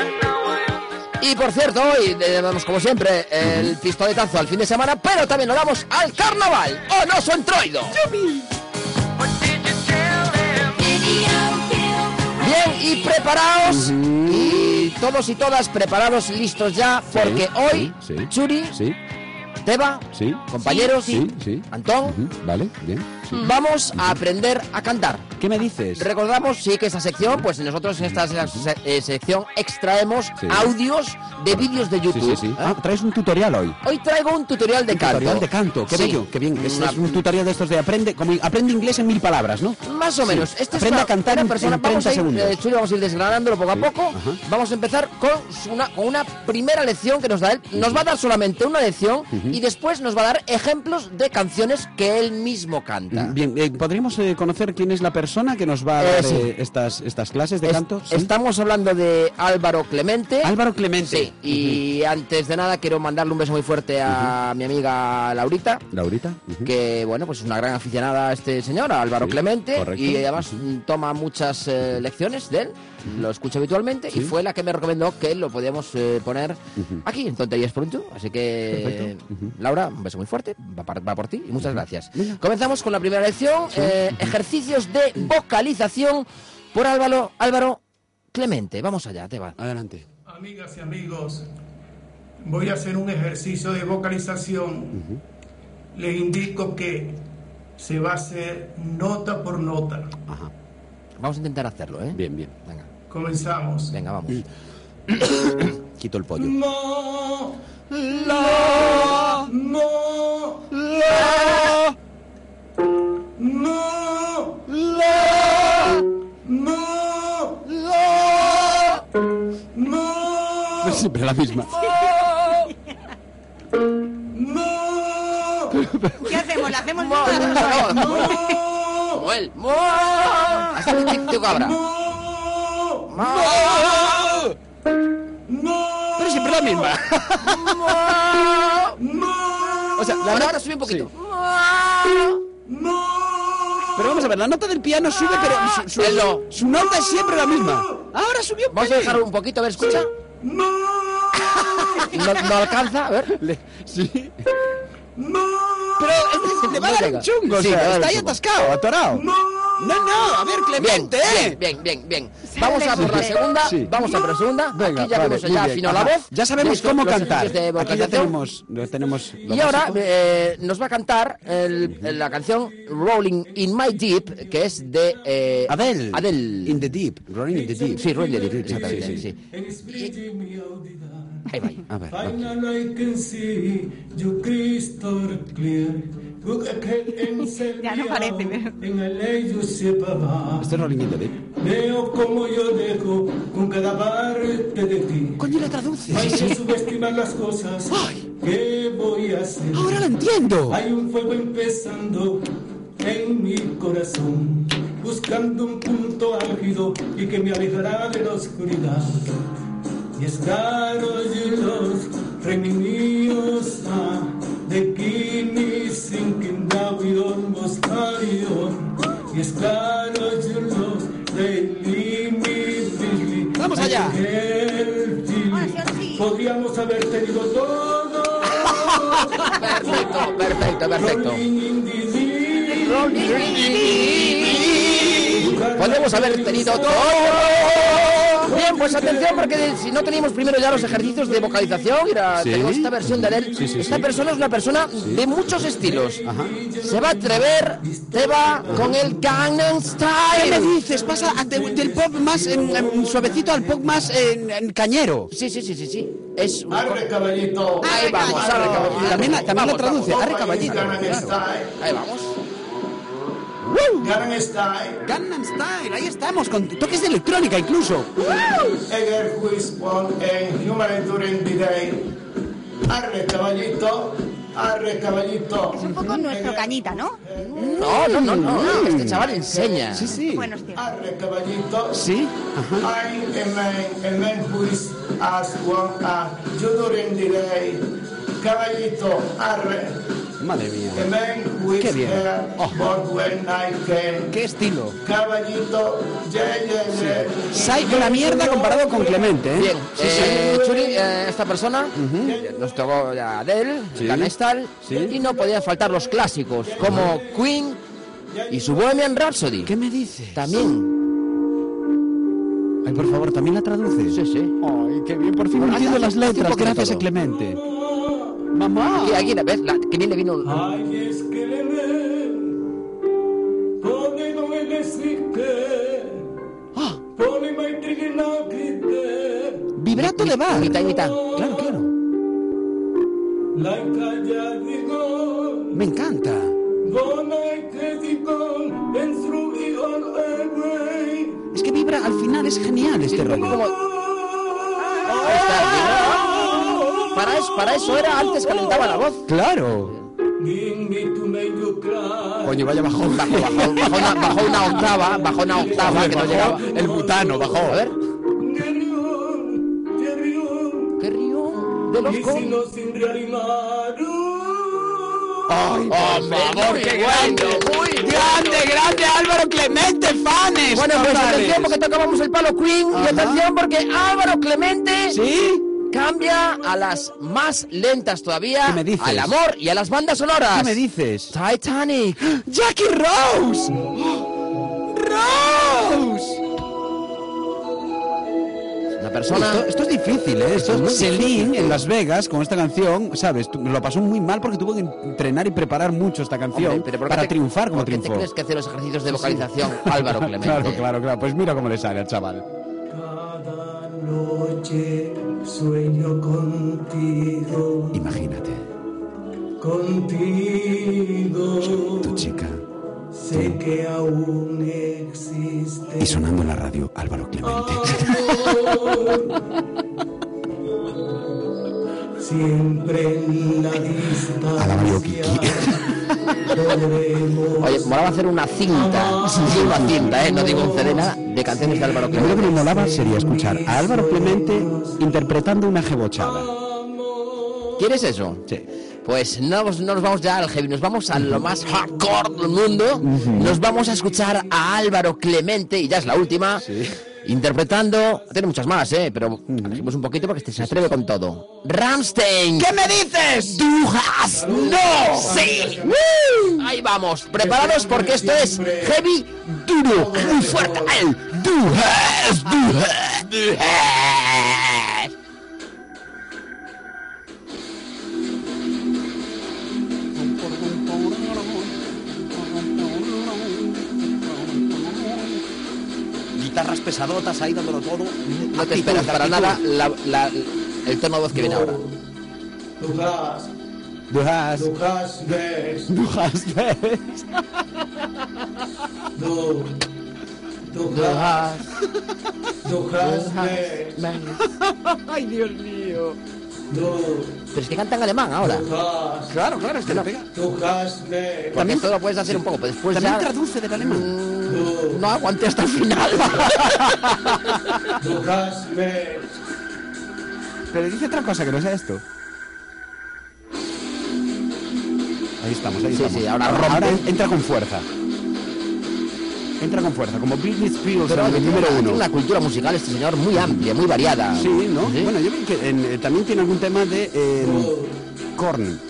E: And now I understand.
A: Y por cierto, hoy le damos como siempre el pistoletazo al fin de semana, pero también lo damos al carnaval. ¡O no, su entroido!
E: What did you tell him?
A: Bien y preparados. Y todos y todas preparados, listos ya, porque hoy
G: sí, sí.
A: Churi,
G: Sí,
A: Teba,
G: sí.
A: compañeros,
G: Sí, sí.
A: Antón,
G: Ujú, Vale, bien. sí.
A: vamos a aprender a cantar.
B: ¿Qué me dices?
A: Recordamos, sí, que esta sección, pues nosotros en esta se- eh, sección extraemos
G: Sí.
A: audios de vídeos de YouTube.
G: sí, sí.
A: ¿eh?
B: Ah, traes un tutorial hoy.
A: Hoy traigo un tutorial de
B: Un
A: canto.
B: tutorial de canto, qué
A: Sí.
B: bello, qué bien. Es,
A: Una-
B: es un tutorial de estos de aprende, como aprende inglés en mil palabras, ¿no?
A: Más o menos. Este
B: Aprende
A: es
B: a cantar
A: una
B: en-
A: persona.
B: en
A: vamos
B: 30
A: a ir,
B: segundos.
A: eh, Chulo, vamos a ir desgranándolo poco a poco. Vamos a empezar con su- una, con una primera lección que nos da él. Nos va a dar solamente una lección y después nos va a dar ejemplos de canciones que él mismo canta. nada.
B: Bien, eh, ¿podríamos eh, conocer quién es la persona que nos va a dar
A: Ah. Eh, sí.
B: eh, estas, estas clases de
A: Es-
B: canto? Sí.
A: Estamos hablando de Álvaro Clemente.
B: Álvaro Clemente.
A: Sí, y antes de nada quiero mandarle un beso muy fuerte a mi amiga Laurita,
B: Laurita. ujú.
A: que bueno, pues es una gran aficionada a este señor, a Álvaro
B: Sí,
A: Clemente,
B: correcto.
A: y además mm, toma muchas eh, lecciones de él, lo escucho habitualmente, y fue la que me recomendó que lo podíamos eh, poner aquí en Tonterías Pronto. Así que,
B: Perfecto. Ujú.
A: Laura, un beso muy fuerte, va, par- va por ti, y muchas gracias. Comenzamos con la primera lección, eh, ejercicios de vocalización por Álvaro, Álvaro Clemente. Vamos allá, te va.
B: Adelante.
J: Amigas y amigos, voy a hacer un ejercicio de vocalización. Les indico que se va a hacer nota por nota.
A: Vamos a intentar hacerlo, ¿eh?
B: Bien, bien.
A: Venga,
J: Comenzamos.
A: venga, vamos.
B: Quito el pollo.
J: Mo,
A: La,
J: mo,
A: la,
J: mo,
A: la,
J: mo,
A: la.
J: mo,
B: Siempre la misma.
J: mo,
C: ¿Qué hacemos? ¿La hacemos
A: Mo, no, no, Mo-
J: mo,
A: Moel. Mo. Hasta el tic tic ahora.
J: mo,
A: Mo.
J: mo,
B: Pero siempre la misma.
A: Mo.
J: mo,
A: O sea, la nota sube un poquito.
J: mo.
B: Pero vamos a ver, la nota del piano sube, pero su, su-
A: Es lo-
B: su nota es siempre la misma. Ahora subió un
A: Vamos a
B: pelín.
A: dejarlo un poquito, a ver, escucha. No, no alcanza, a ver.
B: Le- Sí.
A: Pero
B: Le va a dar un chungo, o sea, está ahí atascado, atorado. No, no, a ver,
A: Bien,
B: Clemente,
A: bien,
B: eh.
A: bien, bien, bien.
C: Sale,
A: Vamos a por la
C: sale.
A: segunda,
B: Sí.
A: vamos a por la segunda.
B: Venga,
A: Aquí ya
B: vale,
A: vemos,
B: muy
A: ya
B: bien,
A: afinó
B: ajá.
A: la voz.
B: Ya sabemos
A: Listo,
B: cómo
A: los
B: cantar.
A: ejercicios de
B: Aquí ya
A: vocalización.
B: tenemos, lo tenemos. lo
A: Y ahora
B: básico.
A: eh, nos va a cantar el- la canción Rolling in My Deep, que es de eh,
B: Adele.
A: Adele.
B: In the deep. Rolling in the deep.
A: Sí, Rolling in the Deep,
B: Sí,
A: exactamente.
B: sí,
A: Sí,
B: sí.
J: En espíritu mi audidad.
A: Ahí va, ahí.
B: A ver. vamos.
J: Final I can see you crystal clear. Look at it in
C: Ya no parece, pero-
J: En LA yo sepa más.
B: Este es Rolling in the deep.
J: Veo como yo dejo con cada parte de ti.
B: Coño, la traduce.
J: Hay que subestimar las cosas.
B: Ay.
J: ¿Qué voy a hacer?
B: Ahora la entiendo.
J: Hay un fuego empezando en mi corazón, buscando un punto álgido y que me alejará de la oscuridad. Mis caros y los reminios ah, de Kimi sin Kindawion Mostarion. Mis caros y los ah, de Limi
B: Vamos allá.
C: Ahora Ah, sí, ahora sí.
J: Podríamos haber tenido todo.
A: Perfecto, perfecto, perfecto. Podemos haber tenido todo. Bien, pues atención, porque si no teníamos primero ya los ejercicios de vocalización, mira,
B: Sí.
A: tenemos esta versión de Adele.
B: Sí, sí,
A: esta
B: sí.
A: persona es una persona de muchos estilos. Se va a atrever, te va con el Gangnam
B: ¿Qué me
A: Style.
B: dices? Pasa a- de- del pop más en- en suavecito al pop más en, en cañero.
A: Sí, sí, sí, sí, sí. Es una
J: Arre caballito.
A: Ahí vamos, arre caballito.
B: También la- también la
A: Vamos,
B: traduce,
A: vamos.
B: arre caballito.
J: Gangnam
B: claro.
J: Style.
A: Ahí vamos.
J: Gangnam Style.
B: Gangnam Style, ahí estamos, con toques de electrónica incluso.
J: Eger Quiz One en Human Enduring Day. Arre caballito. Arre caballito.
C: Es un poco nuestro cañita, ¿no?
A: No, no, no, no. Este chaval enseña.
B: Sí, sí.
C: Buenos tiempos.
J: Arre caballito.
B: Sí, Ah, ajá.
J: I am a, a man who is as one as you during the day. Caballito. Arre.
B: Madre mía.
J: A man who is
B: Qué bien.
J: here,
B: Oh.
J: but when I came.
B: Qué estilo.
J: Caballito, ya, ya, ya.
B: Sai con la mierda comparado con Clemente, ¿eh?
A: Bien,
B: Sí, sí.
A: eh, Churi, eh, esta persona eh, nos tocó ya Adele,
B: Sí.
A: Gangnam Style,
B: Sí.
A: y no podían faltar los clásicos como Queen y su Bohemian Rhapsody.
B: ¿Qué me dices?
A: También,
B: Ay, por favor, también la traduces.
A: sí, sí.
B: Ay, qué bien, por fin entiendo las letras, gracias a Clemente. Mamá.
A: Aquí, aquí, ¿ves? La, que bien le
B: Ah.
A: vino.
J: Ay, es que le ven, pone con el desiste, pone mai trignacite,
B: Vibrato de bar.
A: Mitad y mitad.
B: Claro, claro.
J: la calla digo,
B: Me encanta.
J: bonai que digo, en su y on el rey.
B: Es que vibra al final, es genial este rollo.
A: Como- Ahí está, mira. para, es- para eso era, antes calentaba la voz.
B: Claro.
J: Dime tu medio claro.
B: Coño, vaya bajón, bajó, bajó, bajó, una, bajó una octava, bajó una octava que no llegaba. El butano bajó. A ver.
A: ¿Qué río? De los con...
B: ¡Ay, por favor, qué grande! ¡Muy grande, grande Álvaro Clemente Fanes!
A: Bueno, pues
B: Totales.
A: atención porque tocábamos el palo Queen y atención porque Álvaro Clemente
B: ¿Sí?
A: cambia a las más lentas todavía,
B: ¿Qué me dices?
A: al amor y a las bandas sonoras.
B: ¿Qué me dices?
A: Titanic.
B: ¡Jackie Rose! ¡Rose!
A: Una
B: Esto,
A: persona
B: esto es difícil, ¿eh? Esto
A: Es muy
B: es Celine
A: difícil.
B: en Las Vegas con esta canción, ¿sabes? Tu- Lo pasó muy mal porque tuvo que entrenar y preparar mucho esta canción
A: Hombre, pero ¿por qué
B: para
A: te-
B: triunfar como
A: ¿por qué
B: triunfó.
A: te crees que hace los ejercicios de vocalización Álvaro Clemente?
B: Claro, claro, claro. Pues mira cómo le sale al chaval.
J: Cada noche sueño contigo,
B: Imagínate,
J: contigo.
B: tu chica
J: Sé que aún existe.
B: y sonando en la radio Álvaro Clemente.
J: amor. Siempre en la
B: Oh,
J: distancia. podremos
A: Oye, molaba hacer una cinta, sí, una cinta, ¿eh? No digo un CD nada, de canciones de Álvaro
B: Lo único que
A: Clemente.
B: me molaba sería escuchar a Álvaro Clemente interpretando una jebochada.
A: ¿Quieres eso?
B: Sí.
A: Pues no, nos- no nos vamos ya al heavy, nos vamos a lo más hardcore del mundo. Nos vamos a escuchar a Álvaro Clemente, y ya es la última, interpretando. Tiene muchas más, ¿eh? Pero abrimos un poquito porque este se atreve con todo. Ramstein. ¿Qué me dices? ¡Du has no! ¡Sí! Ahí vamos, preparados porque esto es heavy duro, muy fuerte. El ¡Du has, du has, du has.
B: Guitarras pesadotas ahí dándolo todo.
A: No te esperas para nada la- la- el tono de voz que viene ahora.
J: Dujas,
B: Dujas,
J: dujas, ves,
B: dujas,
J: du, dujas, dujas, ves,
B: Ay, Dios mío.
J: du,
A: Pero es que canta en alemán ahora.
J: dujas,
A: Claro, claro, es que no.
B: pues
J: dujas, ves,
A: Porque esto lo puedes hacer un poco, pero después ya
B: traduce del alemán.
J: du,
A: no aguanté hasta el final.
J: dujas, ves.
B: Pero dice otra cosa que no sea esto. Ahí estamos, ahí
A: Sí,
B: estamos.
A: sí, ahora rompe.
B: Ahora entra con fuerza. Entra con fuerza, como Britney Spears,
A: Pero
B: en
A: oye,
B: el
A: tiene
B: número
A: una- tiene
B: uno.
A: una cultura musical este señor muy amplia, muy variada.
B: Sí, ¿no?
A: Sí.
B: Bueno, yo vi que en- eh, también tiene algún tema de eh,
A: em,
B: Korn.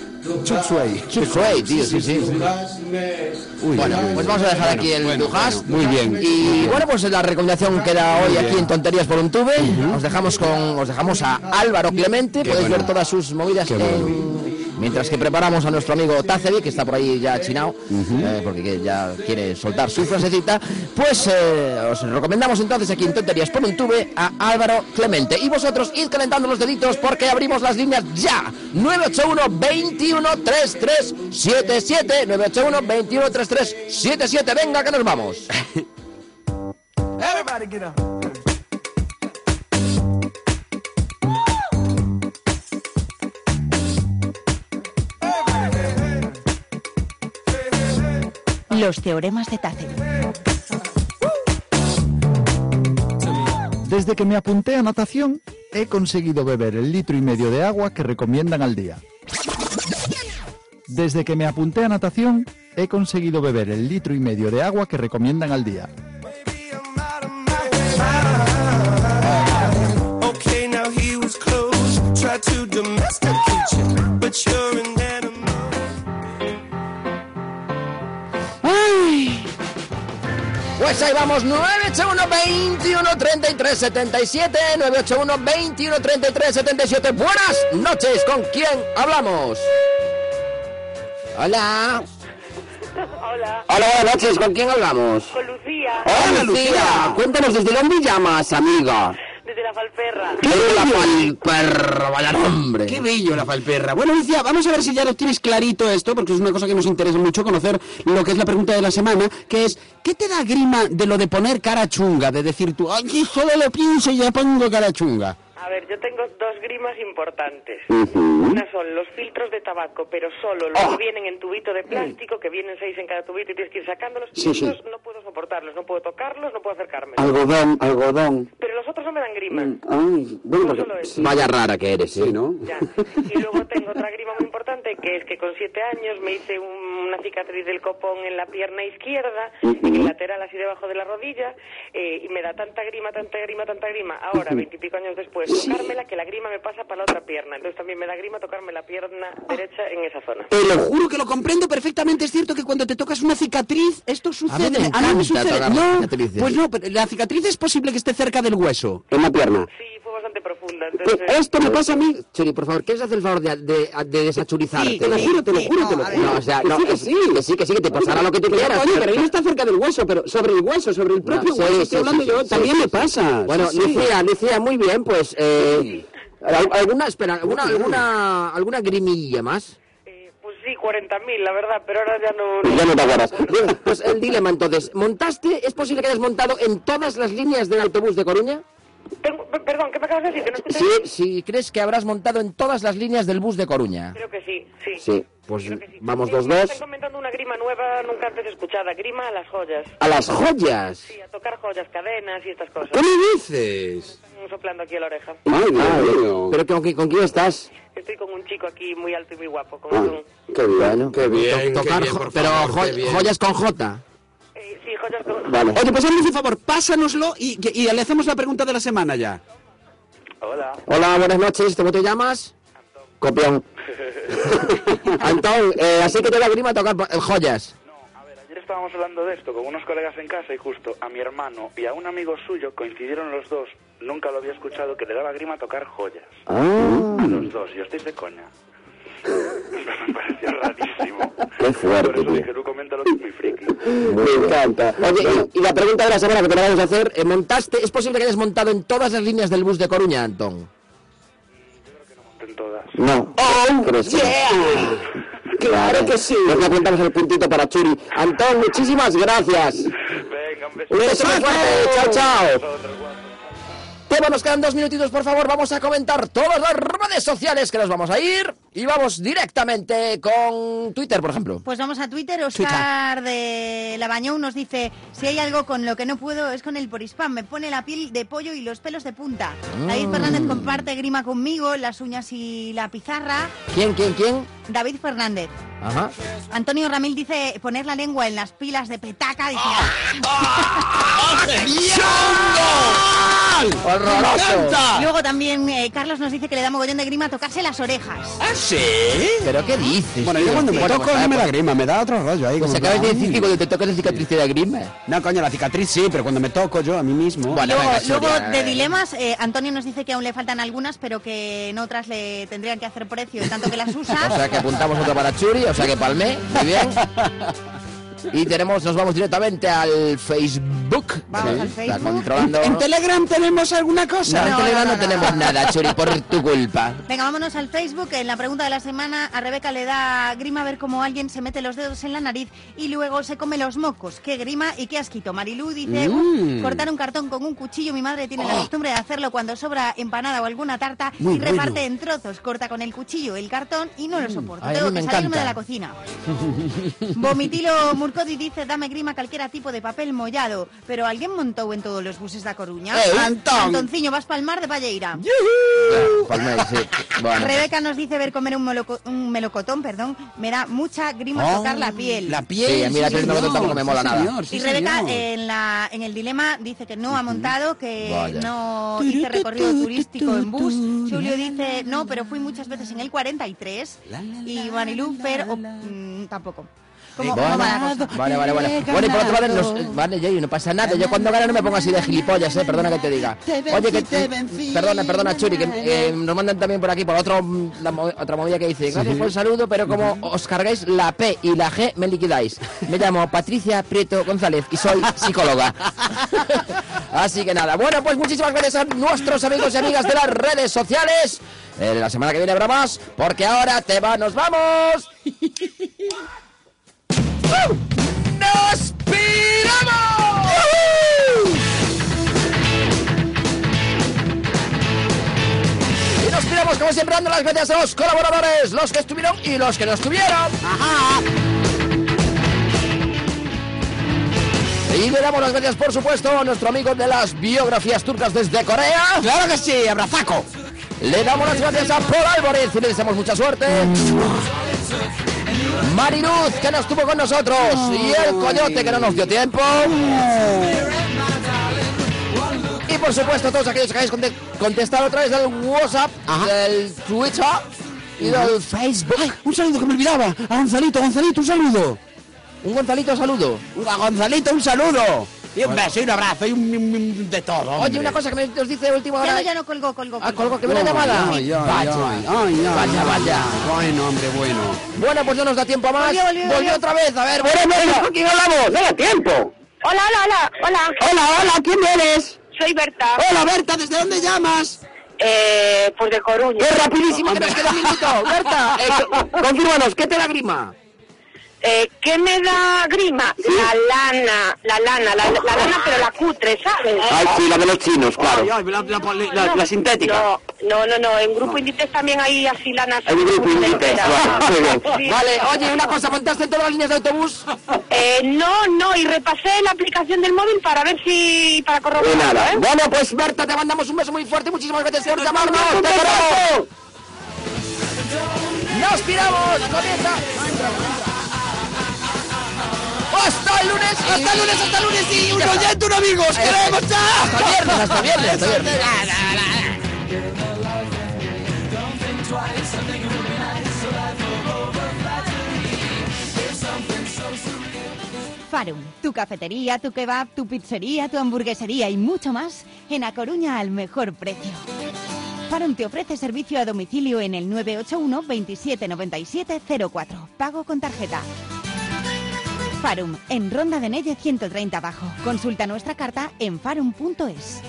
B: Chuck Sway.
A: Chuck Sway, tío, sí, sí.
B: Uy,
A: Bueno,
B: uy, uy.
A: pues vamos a dejar aquí el
B: bueno,
A: Dujas.
B: bueno, muy bien.
A: Y bueno, pues la recomendación queda hoy aquí en Tonterías por un Tube. Os dejamos con os dejamos a Álvaro Clemente. Podéis
B: bueno.
A: ver todas sus movidas
B: Qué bueno.
A: en- Mientras que preparamos a nuestro amigo Tacevi, que está por ahí ya chinao, eh, porque que ya quiere soltar su frasecita, pues eh, os recomendamos entonces aquí en Tonterías por un Tube a Álvaro Clemente. Y vosotros id calentando los deditos porque abrimos las líneas ya. 981 21 33 77 981 21 33 77 Venga, que nos vamos.
C: Los teoremas de Tácito.
K: Desde que me apunté a natación, he conseguido beber el litro y medio de agua que recomiendan al día. Desde que me apunté a natación, he conseguido beber el litro y medio de agua que recomiendan al día.
E: Okay, now he was close. Try to domesticate you, but you're an animal.
A: Pues ahí vamos, 981 21 33 77 981 21 33 77 Buenas noches, ¿con quién hablamos? Hola. Hola. Hola, buenas noches, ¿con quién hablamos? Con Lucía. Hola, Lucía. Cuéntanos, ¿desde dónde llamas, amiga?
L: Desde la falperra.
A: ¡Qué bello! perro, vaya nombre!
B: Qué bello la falperra. Bueno, Lucía, vamos a ver si ya lo tienes clarito esto, porque es una cosa que nos interesa mucho conocer lo que es la pregunta de la semana, que es, ¿qué te da grima de lo de poner cara chunga? De decir tú, aquí solo lo pienso y ya pongo cara chunga.
L: A ver, yo tengo dos grimas importantes.
E: Ujú.
L: Una son los filtros de tabaco, pero solo
A: Ah.
L: los que vienen en tubito de plástico, que vienen seis en cada tubito y tienes que ir sacándolos.
A: Sí,
L: y
A: sí. Ah.
L: esos no puedo soportarlos, no puedo tocarlos, no puedo acercarme.
A: Algodón, algodón.
L: Pero los otros no me dan grima.
A: Mm. Ay, bueno, pues,
L: Solo eso.
A: vaya rara que eres, ¿eh? ¿no?
L: Ya. Y luego tengo otra grima muy importante, que es que con siete años me hice un- una cicatriz del copón en la pierna izquierda, en el lateral así debajo de la rodilla, eh, y me da tanta grima, tanta grima, tanta grima, ahora, veintipico años después, tocármela, que la grima me pasa para la otra pierna. Entonces también me da grima tocarme la pierna derecha en esa zona.
B: Te lo juro que lo comprendo perfectamente. Es cierto que cuando te tocas una cicatriz, esto sucede.
A: me encanta tocar las
B: No,
A: cicatrices.
B: pues no, pero la cicatriz es posible que esté cerca del hueso.
A: En la pierna.
B: Pues
L: Entonces,
A: Esto me pasa a mí. Churi, pues, por favor, ¿qué hacer el favor de, de, de desachurrizarte?
L: Sí, Te lo sí, juro, te lo sí, juro, te lo no, a juro. ver.
A: No, o sea,
L: Que
A: no,
L: sí, que
A: es- que sí, que sí, que te pasará lo que tú
M: Pero,
A: quieras.
M: coño, pero ahí no está cerca del hueso, pero sobre el hueso, sobre el propio hueso. estoy hablando yo, también me pasa.
A: Bueno,
M: sí, sí.
A: Lucía, Lucía, muy bien, pues. Eh, al- ¿Alguna, espera, alguna, alguna, alguna grimilla más?
L: Pues sí, 40.000, la verdad, pero ahora ya no...
A: Pues Ya no te acuerdas. Bien, pues el dilema entonces. ¿Montaste? ¿Es posible que hayas montado en todas las líneas del autobús de Coruña?
L: perdón, ¿qué me acabas de decir?
A: Sí, si crees que habrás montado en todas las líneas del bus de Coruña.
L: Creo que sí, sí.
A: Sí, pues vamos
L: Eh,
A: dos,
L: me
A: dos.
L: Están comentando una grima nueva, nunca antes escuchada. Grima a las joyas.
A: A las joyas.
L: Sí, a tocar joyas, cadenas y estas cosas.
A: ¿Qué me dices?
L: Están soplando aquí a la oreja.
A: Ay, Ah, Pero ¿con, qué- con quién estás?
L: Estoy con un chico aquí muy alto y muy guapo. Con
A: Ah,
L: un...
A: Qué bien, qué
M: bien,
A: tocar
M: qué bien,
A: jo-
M: por
A: pero
M: favor,
A: jo-
M: qué bien.
A: joyas con J.
L: Eh, sí, joyas con...
A: Vale.
B: Oye, pues haznos un favor, pásanoslo y, que- y le hacemos la pregunta de la semana ya.
L: Hola.
A: Hola, buenas noches, ¿cómo te llamas? Copión. Antón, eh, así que te da grima tocar eh, joyas.
N: Ayer estábamos hablando de esto con unos colegas en casa y justo a mi hermano y a un amigo suyo coincidieron los dos, nunca lo había escuchado, que le daba grima tocar joyas.
A: Ah.
N: A los dos, yo estoy de coña. Me pareció rarísimo.
A: Qué fuerte,
N: Por eso dije, tú comenta lo que es muy friki.
A: Me encanta. Oye, y, y la pregunta de la semana que te la vamos a hacer, eh, ¿montaste? ¿Es posible que hayas montado en todas las líneas del bus de Coruña, Antón?
N: En todas.
A: No. ¡Oh, yeah! ¡Claro que sí! Nos apuntamos el puntito para Churi. Antón, muchísimas gracias.
N: Venga, un beso.
A: Un beso muy fuerte. Chao, chao. Tema, nos quedan dos minutitos, por favor. Vamos a comentar todas las redes sociales que nos vamos a ir. Y vamos directamente con Twitter, por ejemplo.
C: Pues vamos a Twitter. Oscar de Labañón nos dice: Si hay algo con lo que no puedo es con el polispam. Me pone la piel de pollo y los pelos de punta.
A: Mm.
C: David Fernández comparte grima conmigo, las uñas y la pizarra.
A: ¿Quién, quién, quién?
C: David Fernández.
A: Ajá.
C: Antonio Ramil dice poner la lengua en las pilas de petaca. Dice,
A: Ah. ¡Horroroso!
C: Luego también eh, Carlos nos dice que le da mogollón de grima tocarse las orejas.
A: ¿Sí? ¿Pero qué dices?
B: Bueno, yo cuando me
A: Bueno,
B: toco
A: pues,
B: no me da
A: pues,
B: grima, me da otro rollo ahí.
A: Pues
B: como
A: acabas
B: que-
A: de decir que cuando te tocas la cicatriz te da grima.
B: No, coño, la cicatriz sí, pero cuando me toco yo a mí mismo.
C: luego, luego de dilemas, eh, Antonio nos dice que aún le faltan algunas, pero que en otras le tendrían que hacer precio, tanto que las usa.
A: eh. O sea que apuntamos otra para Churi, o sea que palmé, muy bien. Y tenemos, nos vamos directamente al Facebook.
C: Vamos al
A: Está
C: Facebook.
A: controlando.
C: En
B: Telegram tenemos alguna cosa.
A: No, en
C: No,
A: Telegram
C: no,
A: no,
C: no,
A: tenemos nada, Churi, por tu culpa.
C: Venga, vámonos al Facebook. En la pregunta de la semana, a Rebeca le da grima ver cómo alguien se mete los dedos en la nariz y luego se come los mocos. Qué grima y qué asquito. Marilú dice,
A: Mm. Oh.
C: "Uf, cortar un cartón con un cuchillo. Mi madre tiene la costumbre de hacerlo cuando sobra empanada o alguna tarta
A: Muy
C: y
A: bueno.
C: reparte en trozos. Corta con el cuchillo el cartón y no lo soporto.
A: Ay, a
C: Tengo
A: mí
C: que
A: me
C: salirme
A: encanta.
C: de la cocina. Vomitilo Murcodi dice, dame grima cualquiera tipo de papel mollado. Pero alguien montó en todos los buses de A Coruña.
A: Eh, Antón.
C: Antonciño, vas pa'l mar de Valleira.
A: Ya, palmé, Pues sí. Bueno.
C: Rebeca nos dice ver comer un, moloco- un melocotón, perdón, me da mucha grima
A: Oh,
C: tocar la piel.
A: la piel, Sí, a mí la sí, piel no me señor, tampoco me mola sí, nada. señor, sí,
C: y Rebeca
A: señor.
C: en, la, en el dilema dice que no ha montado, que
A: Vaya.
C: no hice recorrido turístico en bus. Julio dice no, pero fui muchas veces en el 43. Y Marilu Fer oh, mm, tampoco. Como,
A: Bueno, Ah,
C: como mala cosa.
A: vale, vale, vale. Bueno, y por otro lado, nos- eh, vale, Jay, no pasa nada. Yo cuando gano no me pongo así de gilipollas, eh, perdona que te diga.
E: Te vencí,
A: Oye, que
E: te vencí,
A: perdona, perdona, Churi, que
E: na, na,
A: eh, nos mandan también por aquí por otro mm, la mo- otra movida que dice, gracias por el saludo, pero como os cargáis la P y la G, me liquidáis. Me llamo Patricia Prieto González y soy psicóloga. Así que nada, bueno, pues muchísimas gracias a nuestros amigos y amigas de las redes sociales. Eh, la semana que viene habrá más, porque ahora te va, nos vamos. ¡Uh! ¡Nos piramos! ¡Yujú! como siempre, dando las gracias a los colaboradores, los que estuvieron y los que no estuvieron. Y le damos las gracias, por supuesto, a nuestro amigo de las biografías turcas desde Corea. ¡Claro que sí! ¡Abrazaco! Le damos las gracias a Paul Álvarez y le deseamos mucha suerte. Mariluz, que no estuvo con nosotros. Y el coyote, que no nos dio tiempo. Y por supuesto, todos aquellos que habéis conte- contestado a través del WhatsApp, del Twitter y del Facebook.
B: un saludo que me olvidaba. A Gonzalito, Gonzalito, un saludo.
A: Un Gonzalito saludo.
B: A Gonzalito, un saludo. Y un beso, y un abrazo, y un, un- un- de todo.
A: Oye, una cosa que me, os dice de última
C: Ya
A: hora.
C: no, ya no colgó, colgó.
A: Ah, colgó, que
C: me
A: viene
C: la
A: llamada.
B: Ay, ay,
A: Vaya,
B: ay, ay, ay,
A: vaya,
B: ay,
A: vaya.
B: ay. Bueno, hombre, bueno.
A: Bueno, pues no nos da tiempo a más.
E: Volvió, volvió, volvió.
A: otra vez, a ver.
E: Pero, pero, ¿con quién hablamos? No da
O: tiempo.
E: Hola, hola, hola, hola.
O: Hola, hola, ¿quién eres? Oh.
E: Soy Berta.
O: Hola,
B: Berta, ¿desde dónde llamas?
O: Eh, pues de Coruña. ¡Es rapidísimo que nos queda un minuto! ¡Berta! eh, co- confírmanos, ¿qué te da grima?
L: Eh, ¿Qué me da grima? La lana, la lana, la, la lana, pero la cutre, ¿sabes?
O: Ay, sí, la de los chinos, claro.
B: Ay, ay, la, la- la-
O: la- la sintética.
L: No, no, no, no, en Grupo Inditex también hay así lanas.
O: En Grupo Inditex, vale, muy bien.
A: Vale, oye, una cosa, ¿montaste todas las líneas de autobús?
L: Eh, no, no, y repasé la aplicación del móvil para ver si... para corroborar, ¿eh?
A: Bueno, pues Berta, te mandamos un beso muy fuerte. Muchísimas gracias por llamarnos.
E: Un
A: ¡Te
E: besazo.
A: queremos! ¡Nos piramos! ¡Comienza! ¡Hasta el lunes! ¡Hasta el lunes! ¡Hasta el lunes! ¡Y un oyente, un amigo! ¡Os queremos! ¡Chao! ¡Hasta viernes! ¡Hasta viernes! ¡Hasta viernes!
C: Farum, tu cafetería, tu kebab, tu pizzería, tu hamburguesería y mucho más en A Coruña al mejor precio. Farum te ofrece servicio a domicilio en el 981 27 97 04. Pago con tarjeta. Farum, en Ronda de Nelle 130 abajo. Consulta nuestra carta en farum.es.